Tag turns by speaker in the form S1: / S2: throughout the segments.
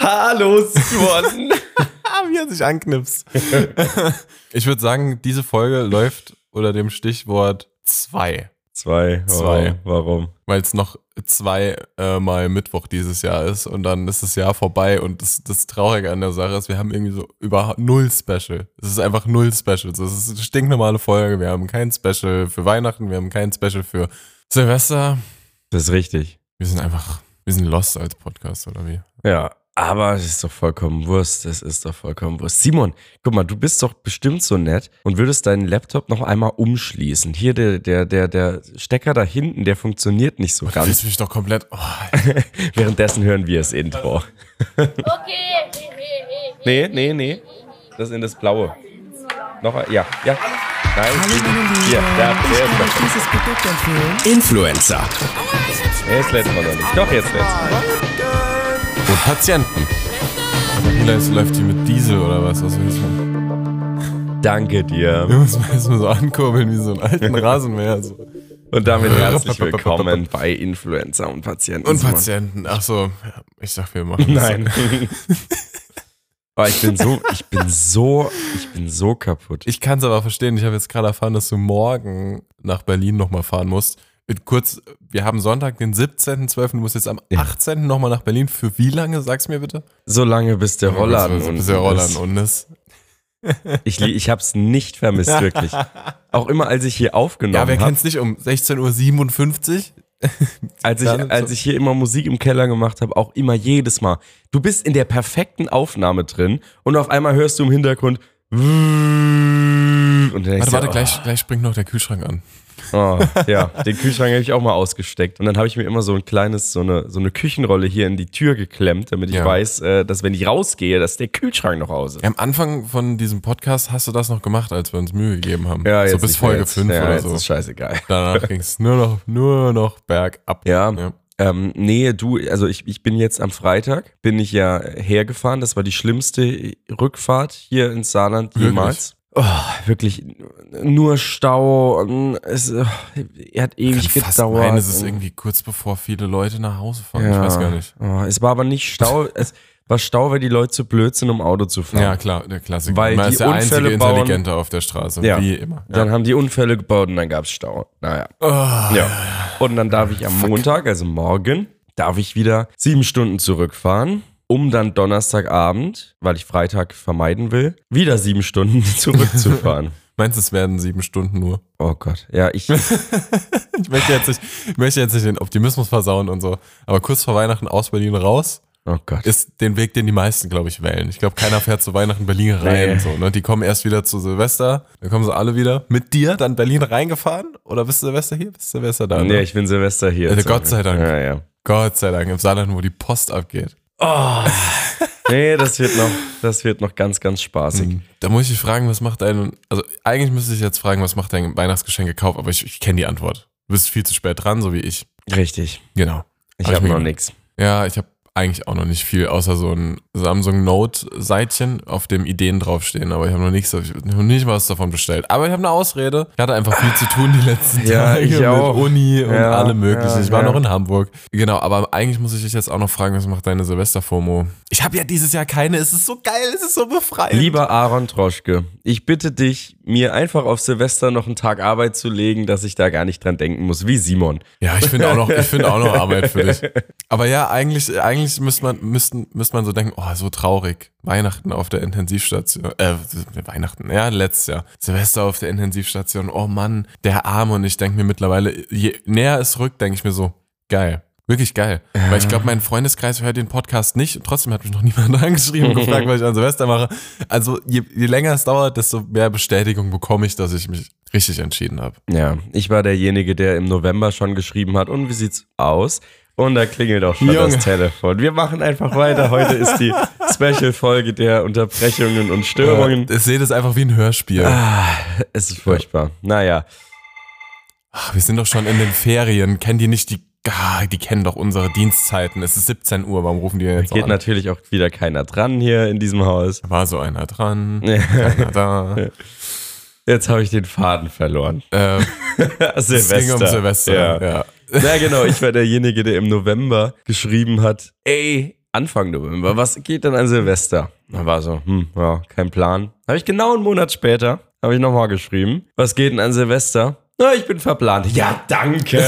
S1: Hallo, Simon.
S2: Ah, Wie er sich anknipst.
S3: Ich würde sagen, diese Folge läuft unter dem Stichwort zwei,
S2: Zwei.
S3: Zwei.
S2: Warum? Warum?
S3: weil es noch zwei äh, mal Mittwoch dieses Jahr ist und dann ist das Jahr vorbei und das, das Traurige an der Sache ist, wir haben irgendwie so über null Special. Es ist einfach null Special. So, Es ist eine stinknormale Folge. Wir haben kein Special für Weihnachten, wir haben kein Special für Silvester.
S2: Das ist richtig.
S3: Wir sind einfach, wir sind lost als Podcast oder wie?
S2: Ja. Aber das ist doch vollkommen Wurst. Das ist doch vollkommen Wurst. Simon, guck mal, du bist doch bestimmt so nett und würdest deinen Laptop noch einmal umschließen. Hier, der, der, der, der Stecker da hinten, der funktioniert nicht so
S3: Du
S2: ganz.
S3: mich doch komplett. Oh,
S2: Währenddessen hören wir das Intro.
S4: Okay.
S2: Nee, nee, nee. Das in das Blaue. Noch ein, ja, ja. Nein, hier, da, der ist doch.
S1: Influencer.
S2: Nee, das letzte Mal noch nicht. Doch, jetzt letztes
S3: und Patienten. Vielleicht läuft die mit Diesel oder was? Was willst du?
S2: Danke dir.
S3: Wir müssen mal erstmal so ankurbeln wie so einen alten Rasenmäher. So.
S2: Und damit herzlich willkommen bei Influencer und Patienten.
S3: Und
S2: Simon.
S3: Patienten. Ach so, ja, ich sag, wir machen das.
S2: Nein. Aber ich bin so, ich bin so, ich bin so kaputt.
S3: Ich kann es aber verstehen. Ich habe jetzt gerade erfahren, dass du morgen nach Berlin nochmal fahren musst. Mit Kurz, wir haben Sonntag, den 17.12. Du musst jetzt am 18. nochmal nach Berlin. Für wie lange, sag's mir bitte?
S2: So lange bis der Roller an
S3: Bis-
S2: unten
S3: Bis der Roller an
S2: ist.
S3: unten ist.
S2: Ich, li- ich hab's nicht vermisst, wirklich. Auch immer, als ich hier
S3: Ja, wer
S2: aufgenommen habe,
S3: kennt's nicht? Um 16.57 Uhr?
S2: als, ich,
S3: dann
S2: als
S3: so-
S2: ich hier immer Musik im Keller gemacht habe, auch immer jedes Mal. Du bist in der perfekten Aufnahme drin und auf einmal hörst du im Hintergrund und dann denkst
S3: Warte,
S2: du,
S3: warte,
S2: oh,
S3: gleich, gleich springt noch der Kühlschrank an.
S2: Oh, ja, den Kühlschrank habe ich auch mal ausgesteckt. Und dann habe ich mir immer so ein kleines, so eine, so eine Küchenrolle hier in die Tür geklemmt, damit ich
S3: Ja.
S2: weiß, äh, dass wenn ich rausgehe, dass der Kühlschrank noch aus ist.
S3: Ja, am Anfang von diesem Podcast hast du das noch gemacht, als wir uns Mühe gegeben haben. so
S2: nicht
S3: bis
S2: mehr,
S3: Folge
S2: jetzt-
S3: 5
S2: ja,
S3: oder
S2: jetzt
S3: so.
S2: Ist scheißegal.
S3: Danach ging's nur noch, nur noch bergab.
S2: Ja. Ähm, nee, du, also ich, ich bin jetzt am Freitag, bin ich ja hergefahren. Das war die schlimmste Rückfahrt hier ins Saarland
S3: Wirklich?
S2: jemals. Oh, wirklich nur Stau und es äh, hat
S3: Ich
S2: ewig
S3: kann fast
S2: gedauert.
S3: meinen, es ist
S2: und-
S3: irgendwie kurz bevor viele Leute nach Hause fahren. Ich weiß gar nicht.
S2: Oh, es war aber nicht Stau. es war Stau, weil die Leute zu blöd sind, um Auto zu fahren.
S3: Ja, klar, der Klassiker.
S2: Weil
S3: Man
S2: die
S3: ist der einzige
S2: Unfälle bauen-
S3: Intelligente auf der Straße,
S2: Ja.
S3: wie immer. Oh.
S2: Dann haben die Unfälle gebaut und dann gab es Stau. Naja. Ja. Und dann darf ich am Montag, also morgen, darf ich wieder sieben Stunden zurückfahren, um dann Donnerstagabend, weil ich Freitag vermeiden will, wieder sieben Stunden zurückzufahren.
S3: Meinst du, es werden sieben Stunden nur?
S2: oh Gott. Ja, ich.
S3: Ich möchte jetzt nicht, ich möchte jetzt nicht den Optimismus versauen und so. Aber kurz vor Weihnachten aus Berlin raus
S2: Oh Gott.
S3: ist den Weg, den die meisten, glaube ich, wählen. Ich glaube, keiner fährt zu Weihnachten Berlin rein.
S2: Nee.
S3: So, ne? Die kommen erst wieder zu Silvester, dann kommen sie alle wieder mit dir, dann Berlin reingefahren. Oder bist du Silvester hier? Bist du Silvester da?
S2: nee,
S3: ne?
S2: ich bin Silvester hier.
S3: Also Gott sei Dank.
S2: Ja, ja.
S3: Gott sei Dank, im Saarland, wo die Post abgeht.
S2: Nee, das wird noch, das wird noch ganz, ganz spaßig.
S3: Da muss ich dich fragen, was macht dein, also eigentlich müsste ich jetzt fragen, was macht dein Weihnachtsgeschenkekauf, aber ich, ich kenne die Antwort. Du bist viel zu spät dran, so wie ich.
S2: Richtig.
S3: Genau.
S2: Ich
S3: Hab ich
S2: habe
S3: mir
S2: noch
S3: ge-
S2: nichts.
S3: Ja, ich habe eigentlich auch noch nicht viel, außer so ein Samsung Note-Seitchen, auf dem Ideen draufstehen, aber ich habe noch nichts, ich hab noch nicht mal was davon bestellt. Aber ich habe eine Ausrede. Ich hatte einfach viel zu tun die letzten
S2: Ja,
S3: Tage
S2: ich auch.
S3: mit Uni und
S2: Ja,
S3: allem möglichen.
S2: ja,
S3: ich war
S2: ja.
S3: noch in Hamburg. Genau, aber eigentlich muss ich dich jetzt auch noch fragen, was macht deine Silvester-FOMO? Ich habe ja dieses Jahr keine, es ist so geil, es ist so befreiend.
S2: Lieber Aaron Troschke, ich bitte dich, mir einfach auf Silvester noch einen Tag Arbeit zu legen, dass ich da gar nicht dran denken muss, wie Simon.
S3: Ja, ich finde auch noch, ich finde auch noch Arbeit für dich. Aber ja, eigentlich, eigentlich müsste man, müssten, müsste man so denken, oh, so traurig. Weihnachten auf der Intensivstation, äh, Weihnachten, ja, letztes Jahr. Silvester auf der Intensivstation, oh Mann, der Arme. Und ich denke mir mittlerweile, je näher es rückt, denke ich mir so, geil. Wirklich geil. Weil ich glaube, mein Freundeskreis hört den Podcast nicht und trotzdem hat mich noch niemand angeschrieben und gefragt, was ich an Silvester mache. Also je, je länger es dauert, desto mehr Bestätigung bekomme ich, dass ich mich richtig entschieden habe.
S2: Ja, ich war derjenige, der im November schon geschrieben hat, und wie sieht's aus? Und da klingelt auch schon
S3: Junge.
S2: das Telefon. Wir machen einfach weiter. Heute ist die Special-Folge der Unterbrechungen und Störungen.
S3: Ich sehe das einfach wie ein Hörspiel.
S2: Es ist furchtbar. Naja,
S3: Ach, wir sind doch schon in den Ferien. Kennen die nicht die. Ah, die kennen doch unsere Dienstzeiten. Es ist 17 Uhr. Warum rufen die denn jetzt
S2: geht
S3: noch an?
S2: natürlich auch wieder keiner dran hier in diesem Haus.
S3: War so einer dran,
S2: Ja.
S3: einer da. Ähm,
S2: Jetzt habe ich den Faden verloren.
S3: äh, es ging um Silvester. Ja.
S2: Ja. Na genau, ich war derjenige, der im November geschrieben hat, ey, Anfang November, was geht denn an Silvester? Da war so, hm, ja, kein Plan. Habe ich genau einen Monat später, habe ich nochmal geschrieben, was geht denn an Silvester? Na, ich bin verplant. Ja, danke.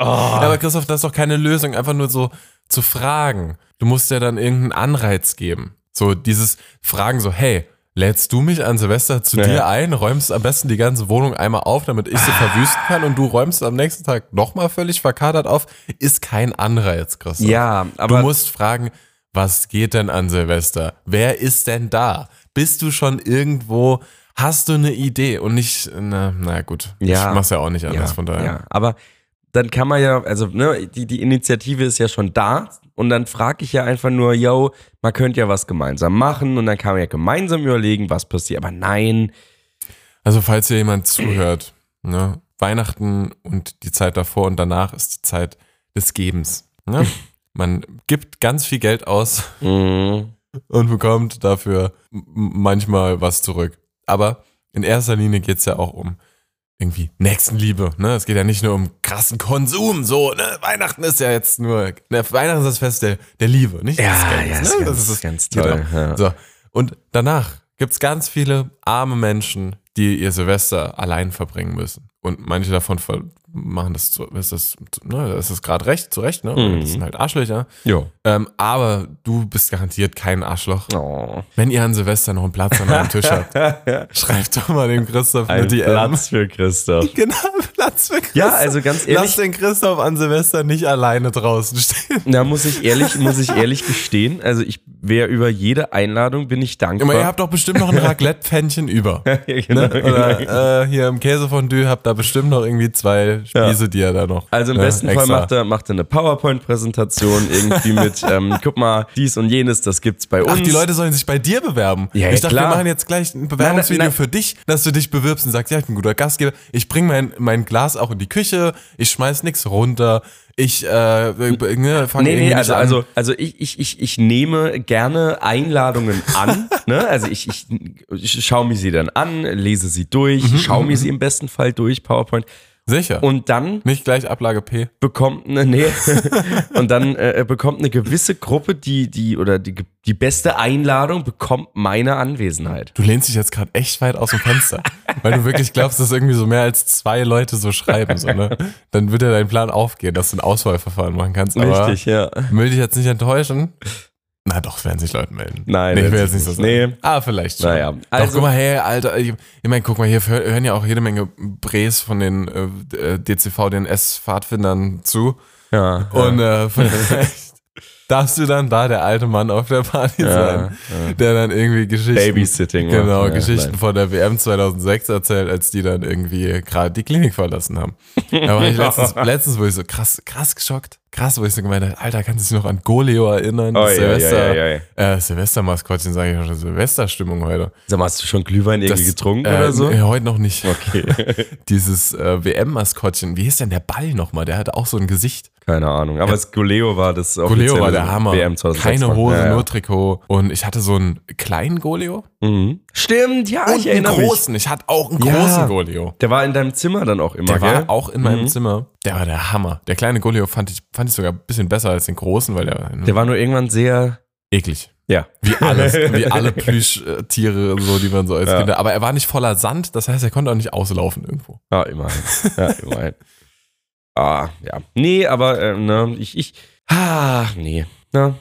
S3: Ja, aber Christoph, das ist doch keine Lösung, einfach nur so zu fragen. Du musst ja dann irgendeinen Anreiz geben. So dieses Fragen so, hey, lädst du mich an Silvester zu
S2: Ja.
S3: dir ein, räumst am besten die ganze Wohnung einmal auf, damit ich sie verwüsten kann und du räumst am nächsten Tag nochmal völlig verkadert auf, ist kein Anreiz, Christoph.
S2: ja,
S3: Du
S2: aber
S3: musst fragen, was geht denn an Silvester? Wer ist denn da? Bist du schon irgendwo? Hast du eine Idee? Und nicht, na, na gut,
S2: Ja.
S3: ich mach's ja auch nicht anders,
S2: ja,
S3: von daher.
S2: Ja, aber dann kann man ja, also ne, die, die Initiative ist ja schon da und dann frage ich ja einfach nur, yo, man könnte ja was gemeinsam machen und dann kann man ja gemeinsam überlegen, was passiert. Aber nein,
S3: Also falls hier jemand zuhört, ne, Weihnachten und die Zeit davor und danach ist die Zeit des Gebens. Ne? Man gibt ganz viel Geld aus
S2: mm,
S3: und bekommt dafür m- manchmal was zurück. Aber in erster Linie geht's ja auch um irgendwie Nächstenliebe. Ne? Es geht ja nicht nur um krassen Konsum. So, ne? Weihnachten ist ja jetzt nur, ne, Weihnachten ist das Fest der, der Liebe, nicht?
S2: Ja,
S3: des ne?
S2: ja, ist ganz- ganz toll, ja.
S3: Genau. So. Und danach gibt's ganz viele arme Menschen, die ihr Silvester allein verbringen müssen. Und manche davon ver- machen das, zu, ist das, zu- ne, das ist gerade recht, zu Recht, ne?
S2: Mhm.
S3: Das sind halt Arschlöcher.
S2: jo.
S3: Ähm, aber du bist garantiert kein Arschloch.
S2: Oh,
S3: Wenn ihr an Silvester noch einen Platz an eurem Tisch habt, schreibt doch mal dem Christoph eine
S2: ein
S3: DM.
S2: Platz für Christoph.
S3: Genau, Platz für Christoph.
S2: Ja, also ganz
S3: Lass
S2: ehrlich,
S3: den Christoph an Silvester nicht alleine draußen stehen.
S2: da muss ich ehrlich, muss ich ehrlich gestehen, also ich wäre über jede Einladung bin ich dankbar.
S3: Aber ihr habt doch bestimmt noch ein Raclette-Pfännchen über.
S2: Ja, genau,
S3: Ne?
S2: genau.
S3: Oder äh, hier im Käsefondue habt da bestimmt noch irgendwie zwei Spieße, die ihr da noch.
S2: Also im
S3: ne,
S2: besten Fall
S3: extra-
S2: macht er, macht er eine PowerPoint-Präsentation irgendwie mit, ähm, guck mal, dies und jenes, das gibt's bei uns.
S3: Ach, die Leute sollen sich bei dir bewerben.
S2: Ja, ja,
S3: ich dachte,
S2: klar.
S3: wir machen jetzt gleich ein Bewerbungsvideo
S2: Nein, nein, nein.
S3: für dich, dass du dich bewirbst und sagst, ja, ich bin ein guter Gastgeber. Ich bringe mein, mein Glas auch in die Küche. Ich schmeiß nichts runter. Ich äh, ne, fange
S2: Nee, nee, also,
S3: an.
S2: also, also ich, ich, ich, ich nehme gerne Einladungen an. ne? Also ich, ich, ich schaue mir sie dann an, lese sie durch,
S3: Mhm,
S2: schaue mir sie im besten Fall durch, PowerPoint.
S3: sicher.
S2: Und dann
S3: nicht gleich Ablage P.
S2: bekommt eine, nee, und dann äh, bekommt eine gewisse Gruppe, die, die, oder die, die beste Einladung bekommt meine Anwesenheit.
S3: Du lehnst dich jetzt gerade echt weit aus dem Fenster, weil du wirklich glaubst, dass irgendwie so mehr als zwei Leute so schreiben. So, ne? Dann wird ja dein Plan aufgehen, dass du ein Auswahlverfahren machen kannst. Aber
S2: ja.
S3: Will dich jetzt nicht enttäuschen. Na doch, werden sich Leute melden.
S2: Nein,
S3: nee, ich
S2: werden
S3: will jetzt
S2: sich
S3: nicht so
S2: nicht.
S3: sagen.
S2: Nee.
S3: Ah, vielleicht schon.
S2: Naja,
S3: doch,
S2: also-
S3: guck mal, hey, Alter, ich, ich meine, guck mal, hier hör- hören ja auch jede Menge Brees von den äh, DCV, den S-Pfadfindern zu.
S2: ja.
S3: Und äh, vielleicht darfst du dann da der alte Mann auf der Party sein, der dann irgendwie Geschichten.
S2: Babysitting macht.
S3: Genau,
S2: Ja,
S3: Geschichten
S2: nein.
S3: von der WM 2006 erzählt, als die dann irgendwie gerade die Klinik verlassen haben. Da war ich letztens, letztens wurde ich so krass, krass geschockt. Krass, wo ich so gemeint habe, Alter, kannst du dich noch an Golio erinnern?
S2: Oi,
S3: Das
S2: oi,
S3: Silvester,
S2: oi, oi,
S3: Äh, Silvestermaskottchen, sage ich schon, Silvesterstimmung heute.
S2: Sag mal, hast du schon Glühwein irgendwie getrunken
S3: äh,
S2: oder so?
S3: nee, heute noch nicht.
S2: Okay.
S3: Dieses äh, WM-Maskottchen, wie hieß denn der Ball nochmal? Der hatte auch so ein Gesicht.
S2: Keine Ahnung. Aber es Goleo war das
S3: Goleo
S2: offizielle
S3: war der Hammer.
S2: WM 2006
S3: Keine
S2: war.
S3: Hose,
S2: Ja, ja.
S3: nur Trikot. Und ich hatte so einen kleinen Goleo.
S2: Mhm. Stimmt, ja, ich
S3: einen
S2: erinnere mich.
S3: großen. Ich hatte auch einen
S2: Ja.
S3: großen Goleo.
S2: Der war in deinem Zimmer dann auch immer,
S3: Der
S2: gell?
S3: war auch in
S2: Mhm.
S3: meinem Zimmer. Der war der Hammer. Der kleine Goleo fand ich, fand ich sogar ein bisschen besser als den großen, weil der war
S2: der war nur irgendwann sehr,
S3: eklig.
S2: ja.
S3: Wie alles, wie alle Plüschtiere, so, die man so als Kinder. Aber er war nicht voller Sand, das heißt, er konnte auch nicht auslaufen irgendwo.
S2: Ja, immerhin. Ja, immerhin. ah, ja. Nee, aber, äh, ne, ich, ich, ah, nee. Na,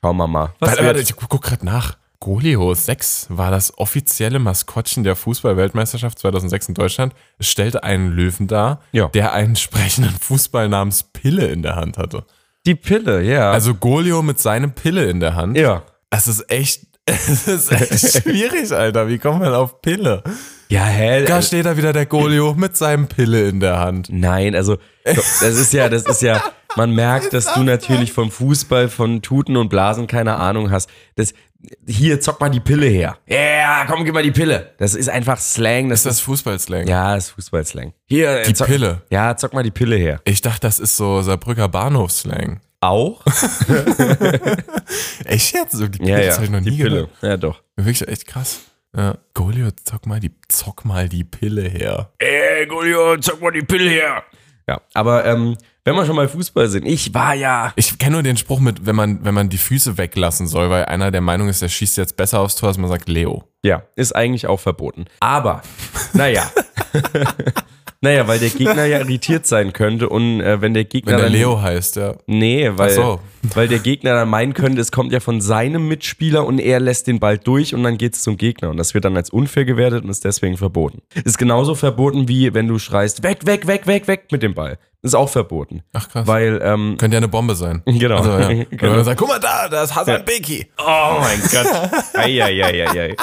S2: schauen wir mal.
S3: Warte,
S2: wird?
S3: warte, ich guck gerade nach. Goleo 6 war das offizielle Maskottchen der Fußball-Weltmeisterschaft 2006 in Deutschland. Es stellte einen Löwen dar,
S2: Ja.
S3: der einen sprechenden Fußball namens Pille in der Hand hatte.
S2: Die Pille, ja.
S3: Also Goleo mit seinem Pille in der Hand.
S2: ja.
S3: Es ist echt, es ist echt schwierig, Alter. Wie kommt man auf Pille? Äh,
S2: Ja, hä?
S3: Da
S2: Also,
S3: steht da wieder der Goleo mit seinem Pille in der Hand.
S2: nein, also, das ist ja, das ist ja, man merkt, dass du natürlich vom Fußball, von Tuten und Blasen keine Ahnung hast. Das, hier, zock mal die Pille her. Ja, komm, gib mal die Pille. Das ist einfach Slang, das
S3: Ist das Fußballslang?
S2: Ja, ist Fußballslang. Hier,
S3: Also, Die Pille.
S2: Ja, zock mal die Pille her.
S3: Ich dachte, das ist so Saarbrücker Bahnhofslang.
S2: Auch?
S3: Echt jetzt? So, die Pille,
S2: Ja, ja.
S3: das habe ich noch nie gehört.
S2: Ja, doch.
S3: Wirklich echt krass. Ja. Goleo, zock mal, die, zock mal die Pille her.
S2: Ey, Gulio, zock mal die Pille her. Ja, aber ähm, wenn wir schon mal Fußball sind, ich war ja.
S3: Ich kenne nur den Spruch mit, wenn man, wenn man die Füße weglassen soll, weil einer der Meinung ist, der schießt jetzt besser aufs Tor, als man sagt Leo.
S2: Ja, ist eigentlich auch verboten. Aber, naja. naja, weil der Gegner ja irritiert sein könnte und äh, wenn der Gegner.
S3: Wenn der
S2: dann-
S3: Leo heißt, ja.
S2: Nee, weil,
S3: Ach so.
S2: weil der Gegner dann meinen könnte, es kommt ja von seinem Mitspieler und er lässt den Ball durch und dann geht es zum Gegner. Und das wird dann als unfair gewertet und ist deswegen verboten. Ist genauso verboten wie wenn du schreist, weg, weg, weg, weg, weg mit dem Ball. Ist auch verboten.
S3: Ach, krass.
S2: Weil, ähm,
S3: Könnte ja eine Bombe sein.
S2: Genau.
S3: Also, ja. Oder
S2: Genau.
S3: man sagt, guck mal da, da ist Hasan Beki.
S2: oh mein Gott. Eieieiei.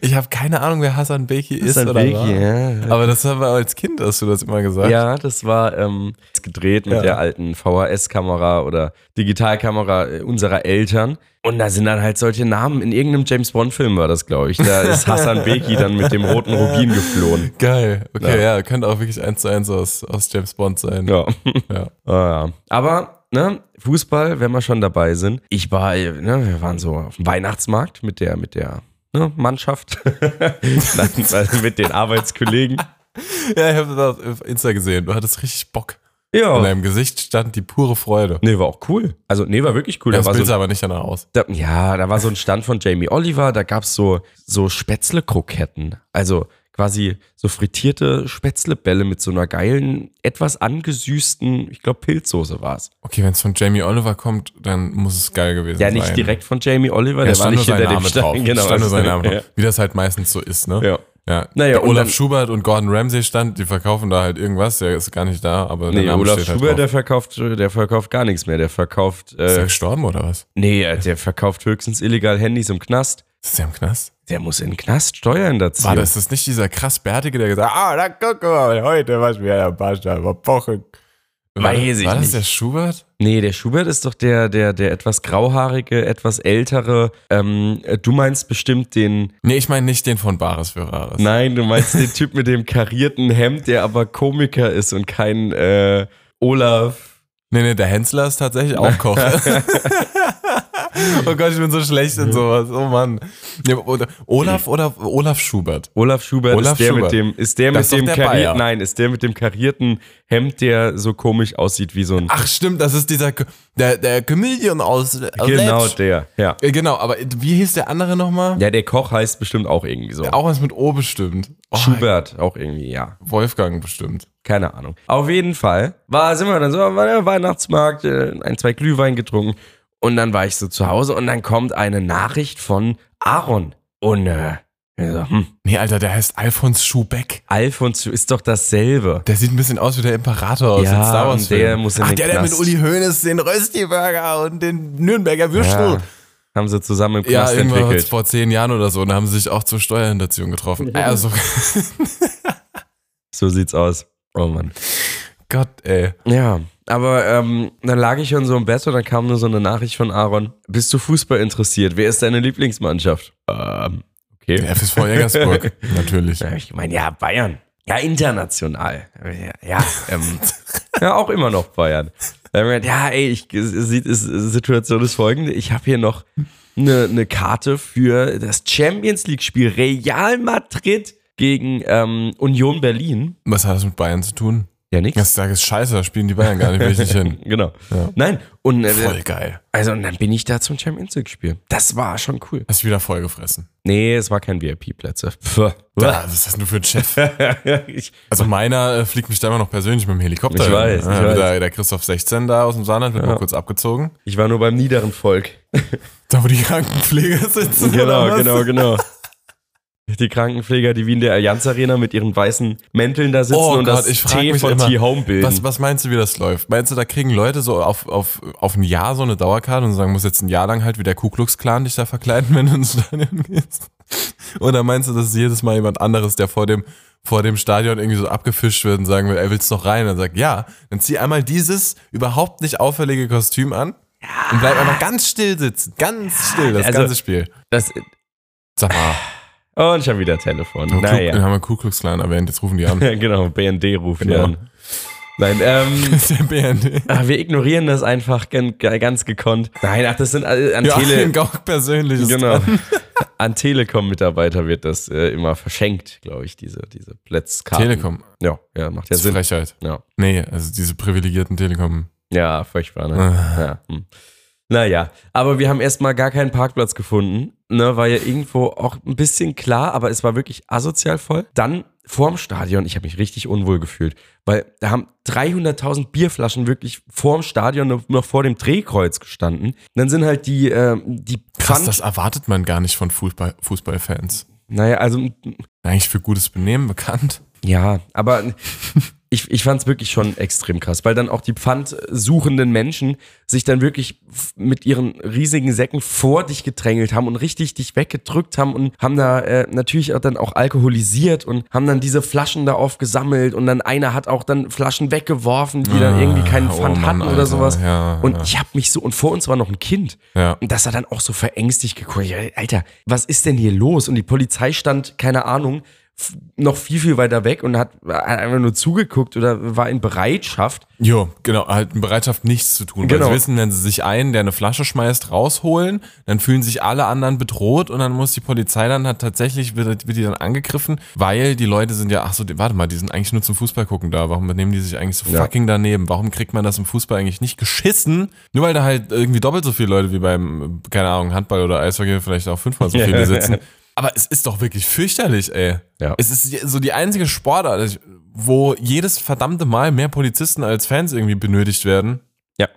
S3: Ich habe keine Ahnung, wer Hasan Beki ist
S2: Hasan
S3: oder
S2: Beki,
S3: war.
S2: ja.
S3: Aber das haben wir als Kind, hast du das immer gesagt.
S2: Ja, das war ähm, gedreht mit
S3: Ja.
S2: der alten VHS-Kamera oder Digitalkamera äh, unserer Eltern. Und da sind dann halt solche Namen. In irgendeinem James Bond-Film war das, glaube ich. Da ist Hassan Beki dann mit dem roten Rubin geflohen.
S3: Geil. Okay, ja. könnte auch wirklich eins zu eins aus, aus James Bond sein.
S2: Ja.
S3: Ja.
S2: Ah, ja. Aber, ne, Fußball, wenn wir schon dabei sind. Ich war, äh, ne, wir waren so auf dem Weihnachtsmarkt mit der, mit der. Ne, Mannschaft. Nein, also mit den Arbeitskollegen.
S3: Ja, ich habe das auf Insta gesehen. Du hattest richtig Bock. In
S2: Ja.
S3: deinem Gesicht stand die pure Freude.
S2: Nee, war auch cool. Also, nee, war wirklich cool. Da
S3: Das
S2: war
S3: Bild
S2: so
S3: sah aber nicht danach aus.
S2: Da, ja, da war so ein Stand von Jamie Oliver, da gab's so, so Spätzle-Kroketten. Also quasi so frittierte Spätzlebälle mit so einer geilen, etwas angesüßten, ich glaube, Pilzsoße war's.
S3: Okay, wenn es von Jamie Oliver kommt, dann muss es geil gewesen
S2: Ja,
S3: sein.
S2: nicht direkt von Jamie Oliver,
S3: Oh
S2: der
S3: Ja,
S2: war
S3: stand nur
S2: nicht
S3: sein
S2: hinter
S3: Name
S2: dem Stand.
S3: drauf.
S2: Genau,
S3: stand nur sein Name
S2: Ja.
S3: drauf. Wie das halt meistens so ist, ne?
S2: Ja.
S3: Ja.
S2: Naja,
S3: Der
S2: und
S3: Olaf
S2: dann-
S3: Schubert und Gordon Ramsay stand, die verkaufen da halt irgendwas, der ist gar nicht da, aber der
S2: Nee,
S3: Name
S2: Olaf
S3: steht halt
S2: Schubert,
S3: drauf.
S2: der verkauft, äh, der verkauft gar nichts mehr. Der verkauft,
S3: Ist der
S2: äh,
S3: gestorben oder was?
S2: nee, äh, der verkauft höchstens illegal Handys im Knast.
S3: Ist der im Knast?
S2: Der muss in den Knast Steuern dazu.
S3: War das, ist das nicht dieser krass Bärtige, der gesagt hat, ah, da guck mal, heute was wir der Pasta verbrochen. War,
S2: Weiß ich
S3: war das
S2: nicht.
S3: der Schubert?
S2: Nee, der Schubert ist doch der, der, der etwas grauhaarige, etwas ältere. Ähm, äh, du meinst bestimmt den.
S3: Nee, ich meine nicht den von Bares für Rares.
S2: Nein, du meinst den Typ mit dem karierten Hemd, der aber Komiker ist und kein äh, Olaf.
S3: Nee, nee, der Hensler ist tatsächlich auch Koch. oh Gott, ich bin so schlecht in sowas. Oh Mann. Ja, oder, Olaf oder Olaf Schubert?
S2: Olaf Schubert
S3: Olaf
S2: ist der
S3: Schubert.
S2: mit dem, ist der
S3: Das
S2: mit
S3: ist
S2: dem
S3: doch der Bayer.
S2: karierten, nein, ist der mit dem karierten Hemd, der so komisch aussieht wie so ein.
S3: Ach stimmt, das ist dieser Ko- der, der Comedian aus, äh, aus
S2: genau
S3: Leipzig.
S2: der, ja.
S3: Äh, Genau, aber wie hieß der andere nochmal?
S2: Ja, der Koch heißt bestimmt auch irgendwie so.
S3: Auch was mit O bestimmt. Oh,
S2: Schubert auch irgendwie, ja.
S3: Wolfgang bestimmt.
S2: Keine Ahnung. Auf jeden Fall war, sind wir dann so am Weihnachtsmarkt, äh, ein, zwei Glühwein getrunken und dann war ich so zu Hause und dann kommt eine Nachricht von Aaron. Und äh, ich so, hm,
S3: Nee, Alter, der heißt Alfons Schubeck.
S2: Alfons ist doch dasselbe.
S3: Der sieht ein bisschen aus wie der Imperator aus
S2: Ja,
S3: den Star Wars
S2: und der muss in
S3: Ach,
S2: den
S3: der, der mit
S2: Knast.
S3: Uli Hoeneß den Rösti-Burger und den Nürnberger
S2: Ja,
S3: Würstel.
S2: haben sie zusammen im
S3: Ja,
S2: Knast
S3: irgendwann
S2: entwickelt.
S3: vor zehn Jahren oder so. Und da haben sie sich auch zur Steuerhinterziehung getroffen. Also,
S2: So sieht's aus. Oh Mann.
S3: Gott, ey.
S2: Ja, aber ähm, dann lag ich schon so im Bett und dann kam nur so eine Nachricht von Aaron. Bist du Fußball interessiert? Wer ist deine Lieblingsmannschaft? Ähm, okay.
S3: Der FSV Jägersburg, natürlich.
S2: Da habe ich gemeint, ja, Bayern. Ja, international. Ja, ja, ähm, ja auch immer noch Bayern. Da hab ich gemeint, ja, ey, ich, es- es- es- Situation ist folgende. Ich habe hier noch eine, eine Karte für das Champions League-Spiel Real Madrid gegen ähm, Union Berlin.
S3: Was hat das mit Bayern zu tun?
S2: Ja, nix.
S3: Das ist scheiße, da spielen die Bayern gar nicht richtig hin.
S2: Genau. Nein, und, äh,
S3: Voll geil.
S2: also, und dann bin ich da zum Champions League-Spiel. Das war schon cool.
S3: Hast du wieder voll gefressen.
S2: Nee, es war kein VIP-Plätze. Pff.
S3: Da, was ist das denn für ein Chef?
S2: Ich,
S3: Also meiner äh, fliegt mich da immer noch persönlich mit dem Helikopter.
S2: Ich
S3: hin.
S2: weiß, ich
S3: Ja,
S2: weiß.
S3: Der, der Christoph 16 da aus dem Saarland wird mal kurz abgezogen.
S2: ich war nur beim niederen Volk.
S3: Da, wo die Krankenpfleger sitzen. oder
S2: Genau,
S3: was?
S2: genau, genau. Die Krankenpfleger, die wie in der Allianz Arena mit ihren weißen Mänteln da sitzen
S3: Oh
S2: und
S3: Gott,
S2: das
S3: ich frag
S2: T
S3: mich
S2: von
S3: immer,
S2: T-Home bilden.
S3: Was, was meinst du, wie das läuft? Meinst du, da kriegen Leute so auf, auf, auf ein Jahr so eine Dauerkarte und sagen, muss jetzt ein Jahr lang halt wie der Ku Klux Klan dich da verkleiden, wenn du ins Stadion gehst? Oder meinst du, dass jedes Mal jemand anderes, der vor dem, vor dem Stadion irgendwie so abgefischt wird und sagen will, ey, willst du noch rein? Und dann sagt, ja, dann zieh einmal dieses überhaupt nicht auffällige Kostüm an und bleib einfach ganz still sitzen. Ganz still, das
S2: also-
S3: ganze Spiel.
S2: das,
S3: Sag mal,
S2: Oh, und schon wieder Telefon.
S3: Ku-
S2: Naja,
S3: haben wir Ku Klux Klan erwähnt, jetzt rufen die an.
S2: genau, BND ruft
S3: Genau.
S2: ja an. Nein, ähm,
S3: Das ist der BND.
S2: ach, wir ignorieren das einfach gan- ganz gekonnt. Nein, ach, das sind äh, an
S3: Ja,
S2: Tele...
S3: Joachim Gauck persönlich ist
S2: Genau. An Telekom-Mitarbeiter wird das äh, immer verschenkt, glaube ich, diese, diese Plätzkarten.
S3: Telekom.
S2: Ja, ja, macht ja
S3: Das ist
S2: Sinn.
S3: Frechheit.
S2: Ja,
S3: Nee, also diese privilegierten Telekom.
S2: ja furchtbar, ne?
S3: Ah.
S2: Ja. Hm. Naja, aber wir haben erstmal gar keinen Parkplatz gefunden. Ne, war ja irgendwo auch ein bisschen klar, aber es war wirklich asozial voll. Dann vorm Stadion, ich habe mich richtig unwohl gefühlt, weil da haben 300.000 Bierflaschen wirklich vorm Stadion noch- noch vor dem Drehkreuz gestanden. Und dann sind halt die, äh, die
S3: Krass,
S2: Pfand.
S3: das erwartet man gar nicht von Fußball, Fußballfans.
S2: Naja, also
S3: Eigentlich für gutes Benehmen bekannt.
S2: Ja, aber ich, ich fand's wirklich schon extrem krass, weil dann auch die pfandsuchenden Menschen sich dann wirklich f- mit ihren riesigen Säcken vor dich gedrängelt haben und richtig dich weggedrückt haben und haben da äh, natürlich auch dann auch alkoholisiert und haben dann diese Flaschen da aufgesammelt und dann einer hat auch dann Flaschen weggeworfen, die dann irgendwie keinen
S3: Ah, oh
S2: Pfand hatten
S3: Mann,
S2: oder
S3: Alter,
S2: sowas.
S3: ja,
S2: und
S3: ja.
S2: ich hab mich so, und vor uns war noch ein Kind.
S3: Ja.
S2: Und das hat dann auch so verängstigt geguckt. Ja, Alter, was ist denn hier los? Und die Polizei stand, keine Ahnung, f- noch viel, viel weiter weg und hat einfach nur zugeguckt oder war in Bereitschaft.
S3: Jo, genau, halt in Bereitschaft nichts zu tun. Genau.
S2: Genau.
S3: Weil sie wissen, wenn sie sich einen, der eine Flasche schmeißt, rausholen, dann fühlen sich alle anderen bedroht und dann muss die Polizei dann hat tatsächlich, wird, wird die dann angegriffen, weil die Leute sind ja, ach so, die, warte mal, die sind eigentlich nur zum Fußball gucken da. Warum nehmen die sich eigentlich so
S2: Ja.
S3: fucking daneben? Warum kriegt man das im Fußball eigentlich nicht geschissen? Nur weil da halt irgendwie doppelt so viele Leute wie beim, keine Ahnung, Handball oder Eishockey vielleicht auch fünfmal so viele sitzen. Aber es ist doch wirklich fürchterlich, ey.
S2: Ja.
S3: Es ist so die einzige Sportart, wo jedes verdammte Mal mehr Polizisten als Fans irgendwie benötigt werden.
S2: Ja.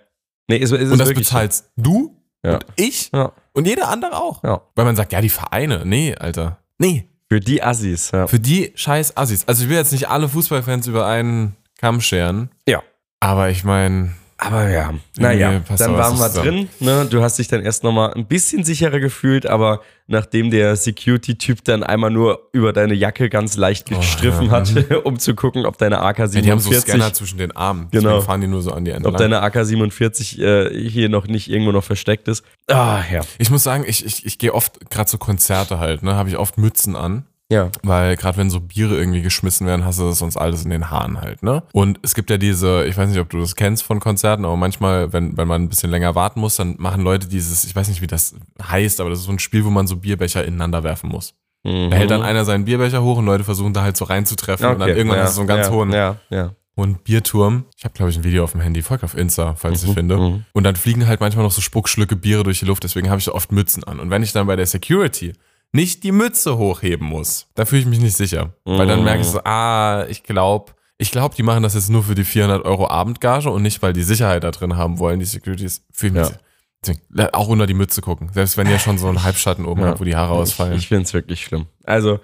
S2: Nee, es, es ist
S3: Und das
S2: wirklich
S3: bezahlst du
S2: so. Ja.
S3: und ich
S2: Ja.
S3: und jeder andere auch.
S2: Ja.
S3: Weil man sagt, ja, die Vereine. Nee, Alter. Nee.
S2: Für die Assis. Ja.
S3: Für die scheiß Assis. Also ich will jetzt nicht alle Fußballfans über einen Kamm scheren,
S2: ja.
S3: aber ich meine,
S2: Aber ja,
S3: Irgendwie
S2: naja,
S3: passt
S2: dann
S3: da was
S2: waren wir
S3: zusammen.
S2: drin. Ne? Du hast dich dann erst nochmal ein bisschen sicherer gefühlt, aber nachdem der Security-Typ dann einmal nur über deine Jacke ganz leicht gestriffen hat, um zu gucken, ob deine AK-47
S3: Oh, die haben so Scanner zwischen den Armen.
S2: Genau.
S3: Deswegen fahren die nur so an die Enden
S2: ob
S3: ran.
S2: deine AK-47 äh, hier noch nicht irgendwo noch versteckt ist. Ah, ja.
S3: Ich muss sagen, ich, ich, ich gehe oft, gerade zu Konzerte halt, ne, habe ich oft Mützen an.
S2: Ja.
S3: Weil gerade wenn so Biere irgendwie geschmissen werden, hast du das sonst alles in den Haaren halt, ne? Und es gibt ja diese, ich weiß nicht, ob du das kennst von Konzerten, aber manchmal, wenn, wenn man ein bisschen länger warten muss, dann machen Leute dieses, ich weiß nicht, wie das heißt, aber das ist so ein Spiel, wo man so Bierbecher ineinander werfen muss.
S2: Mhm.
S3: Da hält dann einer seinen Bierbecher hoch und Leute versuchen da halt so reinzutreffen und dann irgendwann
S2: ja,
S3: hast du so einen ganz
S2: ja,
S3: hohen,
S2: Ja, ja.
S3: hohen Bierturm. Ich habe, glaube ich, ein Video auf dem Handy, folgt auf Insta, falls
S2: Mhm,
S3: ich finde. Und dann fliegen halt manchmal noch so Spuckschlücke Biere durch die Luft, deswegen habe ich oft Mützen an. Und wenn ich dann bei der Security nicht die Mütze hochheben muss, da fühle ich mich nicht sicher. Weil dann merke ich
S2: Mhm.
S3: so, ah, ich glaube, ich glaube, die machen das jetzt nur für die 400 Euro Abendgage und nicht, weil die Sicherheit da drin haben wollen, die Securities. Fühle ich mich
S2: Ja.
S3: deswegen, la- auch unter die Mütze gucken. Selbst wenn ihr schon so einen Halbschatten oben habt, wo die Haare ausfallen.
S2: Ich, ich finde es wirklich schlimm. Also,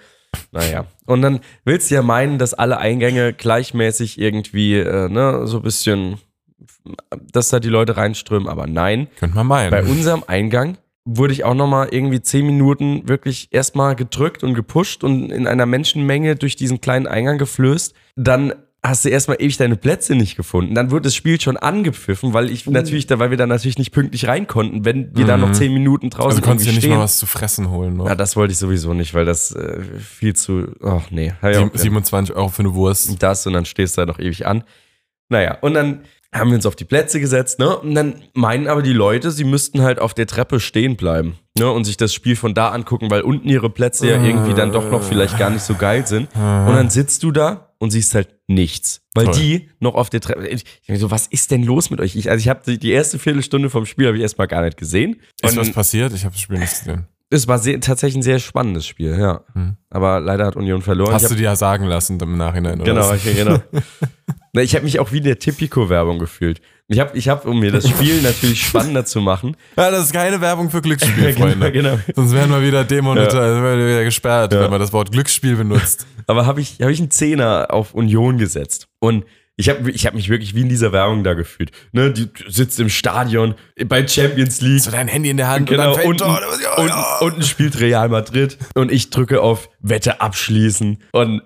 S2: naja. Und dann willst du ja meinen, dass alle Eingänge gleichmäßig irgendwie, äh, ne, so ein bisschen, dass da die Leute reinströmen, aber nein.
S3: Könnte man meinen.
S2: Bei unserem Eingang wurde ich auch nochmal irgendwie zehn Minuten wirklich erstmal gedrückt und gepusht und in einer Menschenmenge durch diesen kleinen Eingang geflößt. Dann hast du erstmal ewig deine Plätze nicht gefunden. Dann wurde das Spiel schon angepfiffen, weil
S3: Oh.
S2: ich natürlich, da- weil wir da natürlich nicht pünktlich rein konnten, wenn wir da noch zehn Minuten draußen
S3: also konntest du
S2: irgendwie
S3: nicht
S2: stehen.
S3: mal was zu fressen holen. Ne?
S2: Ja, das wollte ich sowieso nicht, weil das äh, viel zu. Ach nee. Hab ich auch
S3: Sieb- 27 Euro für eine Wurst.
S2: das und dann stehst du da noch ewig an. Naja, und dann haben wir uns auf die Plätze gesetzt, ne? Und dann meinen aber die Leute, sie müssten halt auf der Treppe stehen bleiben, ne? Und sich das Spiel von da angucken, weil unten ihre Plätze ja irgendwie dann doch noch vielleicht gar nicht so geil sind. Und dann sitzt du da und siehst halt nichts. Weil
S3: Toll.
S2: die noch auf der Treppe. Ich denk so, was ist denn los mit euch? Ich, also ich habe die, die erste Viertelstunde vom Spiel habe ich erstmal gar nicht gesehen.
S3: Ist was
S2: Und
S3: passiert? Ich habe das Spiel nicht gesehen.
S2: es war sehr, tatsächlich ein sehr spannendes Spiel, ja. Aber leider hat Union verloren. Ich
S3: Hm. Hast
S2: hab-
S3: du dir ja sagen lassen im Nachhinein, oder?
S2: Genau,
S3: was?
S2: okay, genau. Na, ich habe mich auch wie in der Tipico-Werbung gefühlt. Ich habe, ich hab, um mir das Spiel natürlich spannender zu machen.
S3: Ja, das ist keine Werbung für Glücksspiel,
S2: Ja, genau,
S3: Freunde.
S2: genau.
S3: Sonst wären wir wieder demonetisiert, wären wir wieder gesperrt,
S2: Ja.
S3: wenn man das Wort Glücksspiel benutzt.
S2: Aber habe ich, hab ich einen Zehner auf Union gesetzt. Und ich habe ich hab mich wirklich wie in dieser Werbung da gefühlt. Ne, die sitzt im Stadion bei Champions League.
S3: so dein Handy in der Hand
S2: Genau,
S3: und dann oh,
S2: unten, unten, unten spielt Real Madrid und ich drücke auf Wette abschließen und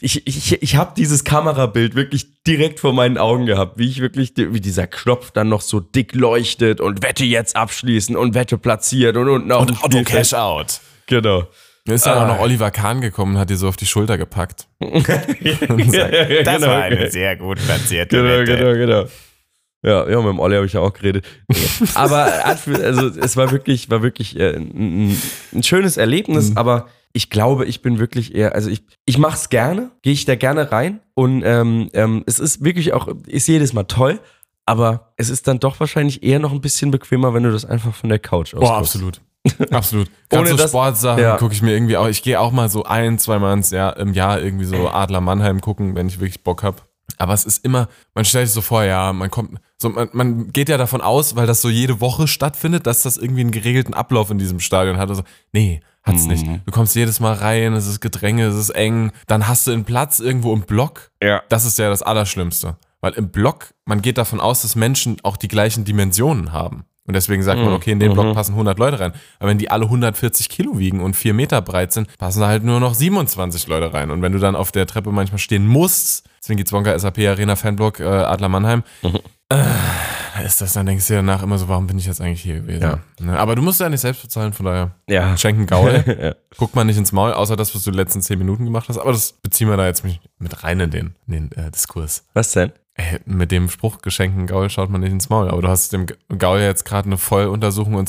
S2: ich, ich, ich habe dieses Kamerabild wirklich direkt vor meinen Augen gehabt, wie ich wirklich, wie dieser Knopf dann noch so dick leuchtet und Wette jetzt abschließen und Wette platziert und unten auf dem
S3: und Auto
S2: Spielfeld.
S3: Cash Out.
S2: Genau.
S3: Mir Ist dann auch noch Oliver Kahn gekommen und hat dir so auf die Schulter gepackt.
S2: das genau,
S4: sehr gut
S2: genau,
S4: platzierte
S2: genau, genau. Ja, ja, mit dem Olli habe ich ja auch geredet. Nee. aber hat- also, es war wirklich, war wirklich äh, ein, ein- ein schönes Erlebnis, aber ich glaube, ich bin wirklich eher, also ich, ich mache es gerne, gehe ich da gerne rein und ähm, ähm, es ist wirklich auch, ist jedes Mal toll, aber es ist dann doch wahrscheinlich eher noch ein bisschen bequemer, wenn du das einfach von der Couch aus
S3: Boah, absolut. Absolut. Ganz
S2: Ohne
S3: so
S2: das-
S3: Sportsachen
S2: ja.
S3: gucke ich mir irgendwie auch. Ich gehe auch mal so ein, zweimal ins Jahr, im Jahr irgendwie so Adler Mannheim gucken, wenn ich wirklich Bock habe. Aber es ist immer, man stellt sich so vor, ja, man kommt, so man, man geht ja davon aus, weil das so jede Woche stattfindet, dass das irgendwie einen geregelten Ablauf in diesem Stadion hat. Also, nee, hat's
S2: Mhm.
S3: nicht. Du kommst jedes Mal rein, es ist Gedränge, es ist eng, dann hast du einen Platz irgendwo im Block.
S2: Ja.
S3: Das ist ja das Allerschlimmste. Weil im Block, man geht davon aus, dass Menschen auch die gleichen Dimensionen haben. Und deswegen sagt man, okay, in den Block passen 100 Leute rein. Aber wenn die alle 140 Kilo wiegen und 4 Meter breit sind, passen da halt nur noch 27 Leute rein. Und wenn du dann auf der Treppe manchmal stehen musst, deswegen geht's Wonka SAP Arena Fanblock äh, Adler Mannheim, äh, ist das, dann denkst du dir danach immer so, warum bin ich jetzt eigentlich hier gewesen?
S2: Ja.
S3: Ne? Aber du musst ja nicht selbst bezahlen, von daher.
S2: Ja.
S3: Schenken Gaul.
S2: Ja.
S3: Guckt man nicht ins Maul, außer das, was du die letzten zehn Minuten gemacht hast. Aber das beziehen wir da jetzt nicht mit rein in den, in den äh, Diskurs.
S2: Was denn?
S3: Ey, mit dem Spruch, Geschenken Gaul schaut man nicht ins Maul. Aber du hast dem G- Gaul ja jetzt gerade eine Volluntersuchung und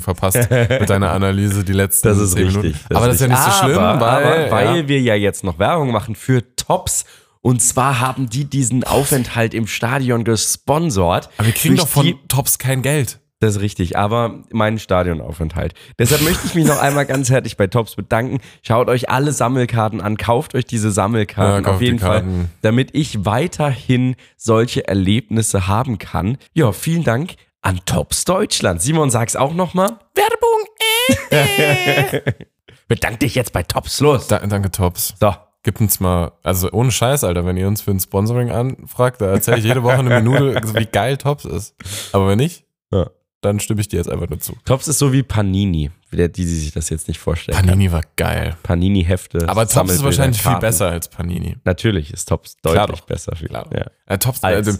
S3: verpasst mit deiner Analyse die letzten
S2: Das ist
S3: zehn
S2: richtig.
S3: Minuten.
S2: Das
S3: aber das ist ja nicht so
S2: richtig.
S3: schlimm,
S2: aber,
S3: weil,
S2: weil, weil
S3: ja.
S2: wir ja jetzt noch Werbung machen für Tops. Und zwar haben die diesen Aufenthalt im Stadion gesponsert.
S3: Aber wir kriegen
S2: Durch
S3: doch von
S2: die-
S3: Tops kein Geld.
S2: Das ist richtig, aber meinen Stadionaufenthalt. Deshalb möchte ich mich noch einmal ganz herzlich bei Tops bedanken. Schaut euch alle Sammelkarten an, kauft euch diese
S3: Ja,
S2: Sammelkarten
S3: kauft
S2: auf
S3: die
S2: jeden Fall,
S3: Karten.
S2: damit ich weiterhin solche Erlebnisse haben kann. Ja, vielen Dank an Tops Deutschland. Simon, sag's auch nochmal.
S3: Werbung, ey.
S2: Bedank dich jetzt bei Tops los.
S3: Da, danke, Tops.
S2: So.
S3: Gebt uns mal, also ohne Scheiß, Alter, wenn ihr uns für ein Sponsoring anfragt, da erzähle ich jede Woche eine Minute, wie geil Tops ist. Aber wenn nicht,
S2: Ja.
S3: dann stimme ich dir jetzt einfach nur zu.
S2: Tops ist so wie Panini, der, die sie sich das jetzt nicht vorstellen.
S3: Panini war geil.
S2: Panini-Hefte.
S3: Aber Tops ist
S2: Sammelbilder,
S3: wahrscheinlich viel
S2: Karten.
S3: besser als Panini.
S2: Natürlich ist Tops
S3: Klar
S2: deutlich
S3: doch.
S2: besser. Viel.
S3: Klar.
S2: Ja.
S3: Äh, Tops,
S2: Als,
S3: also,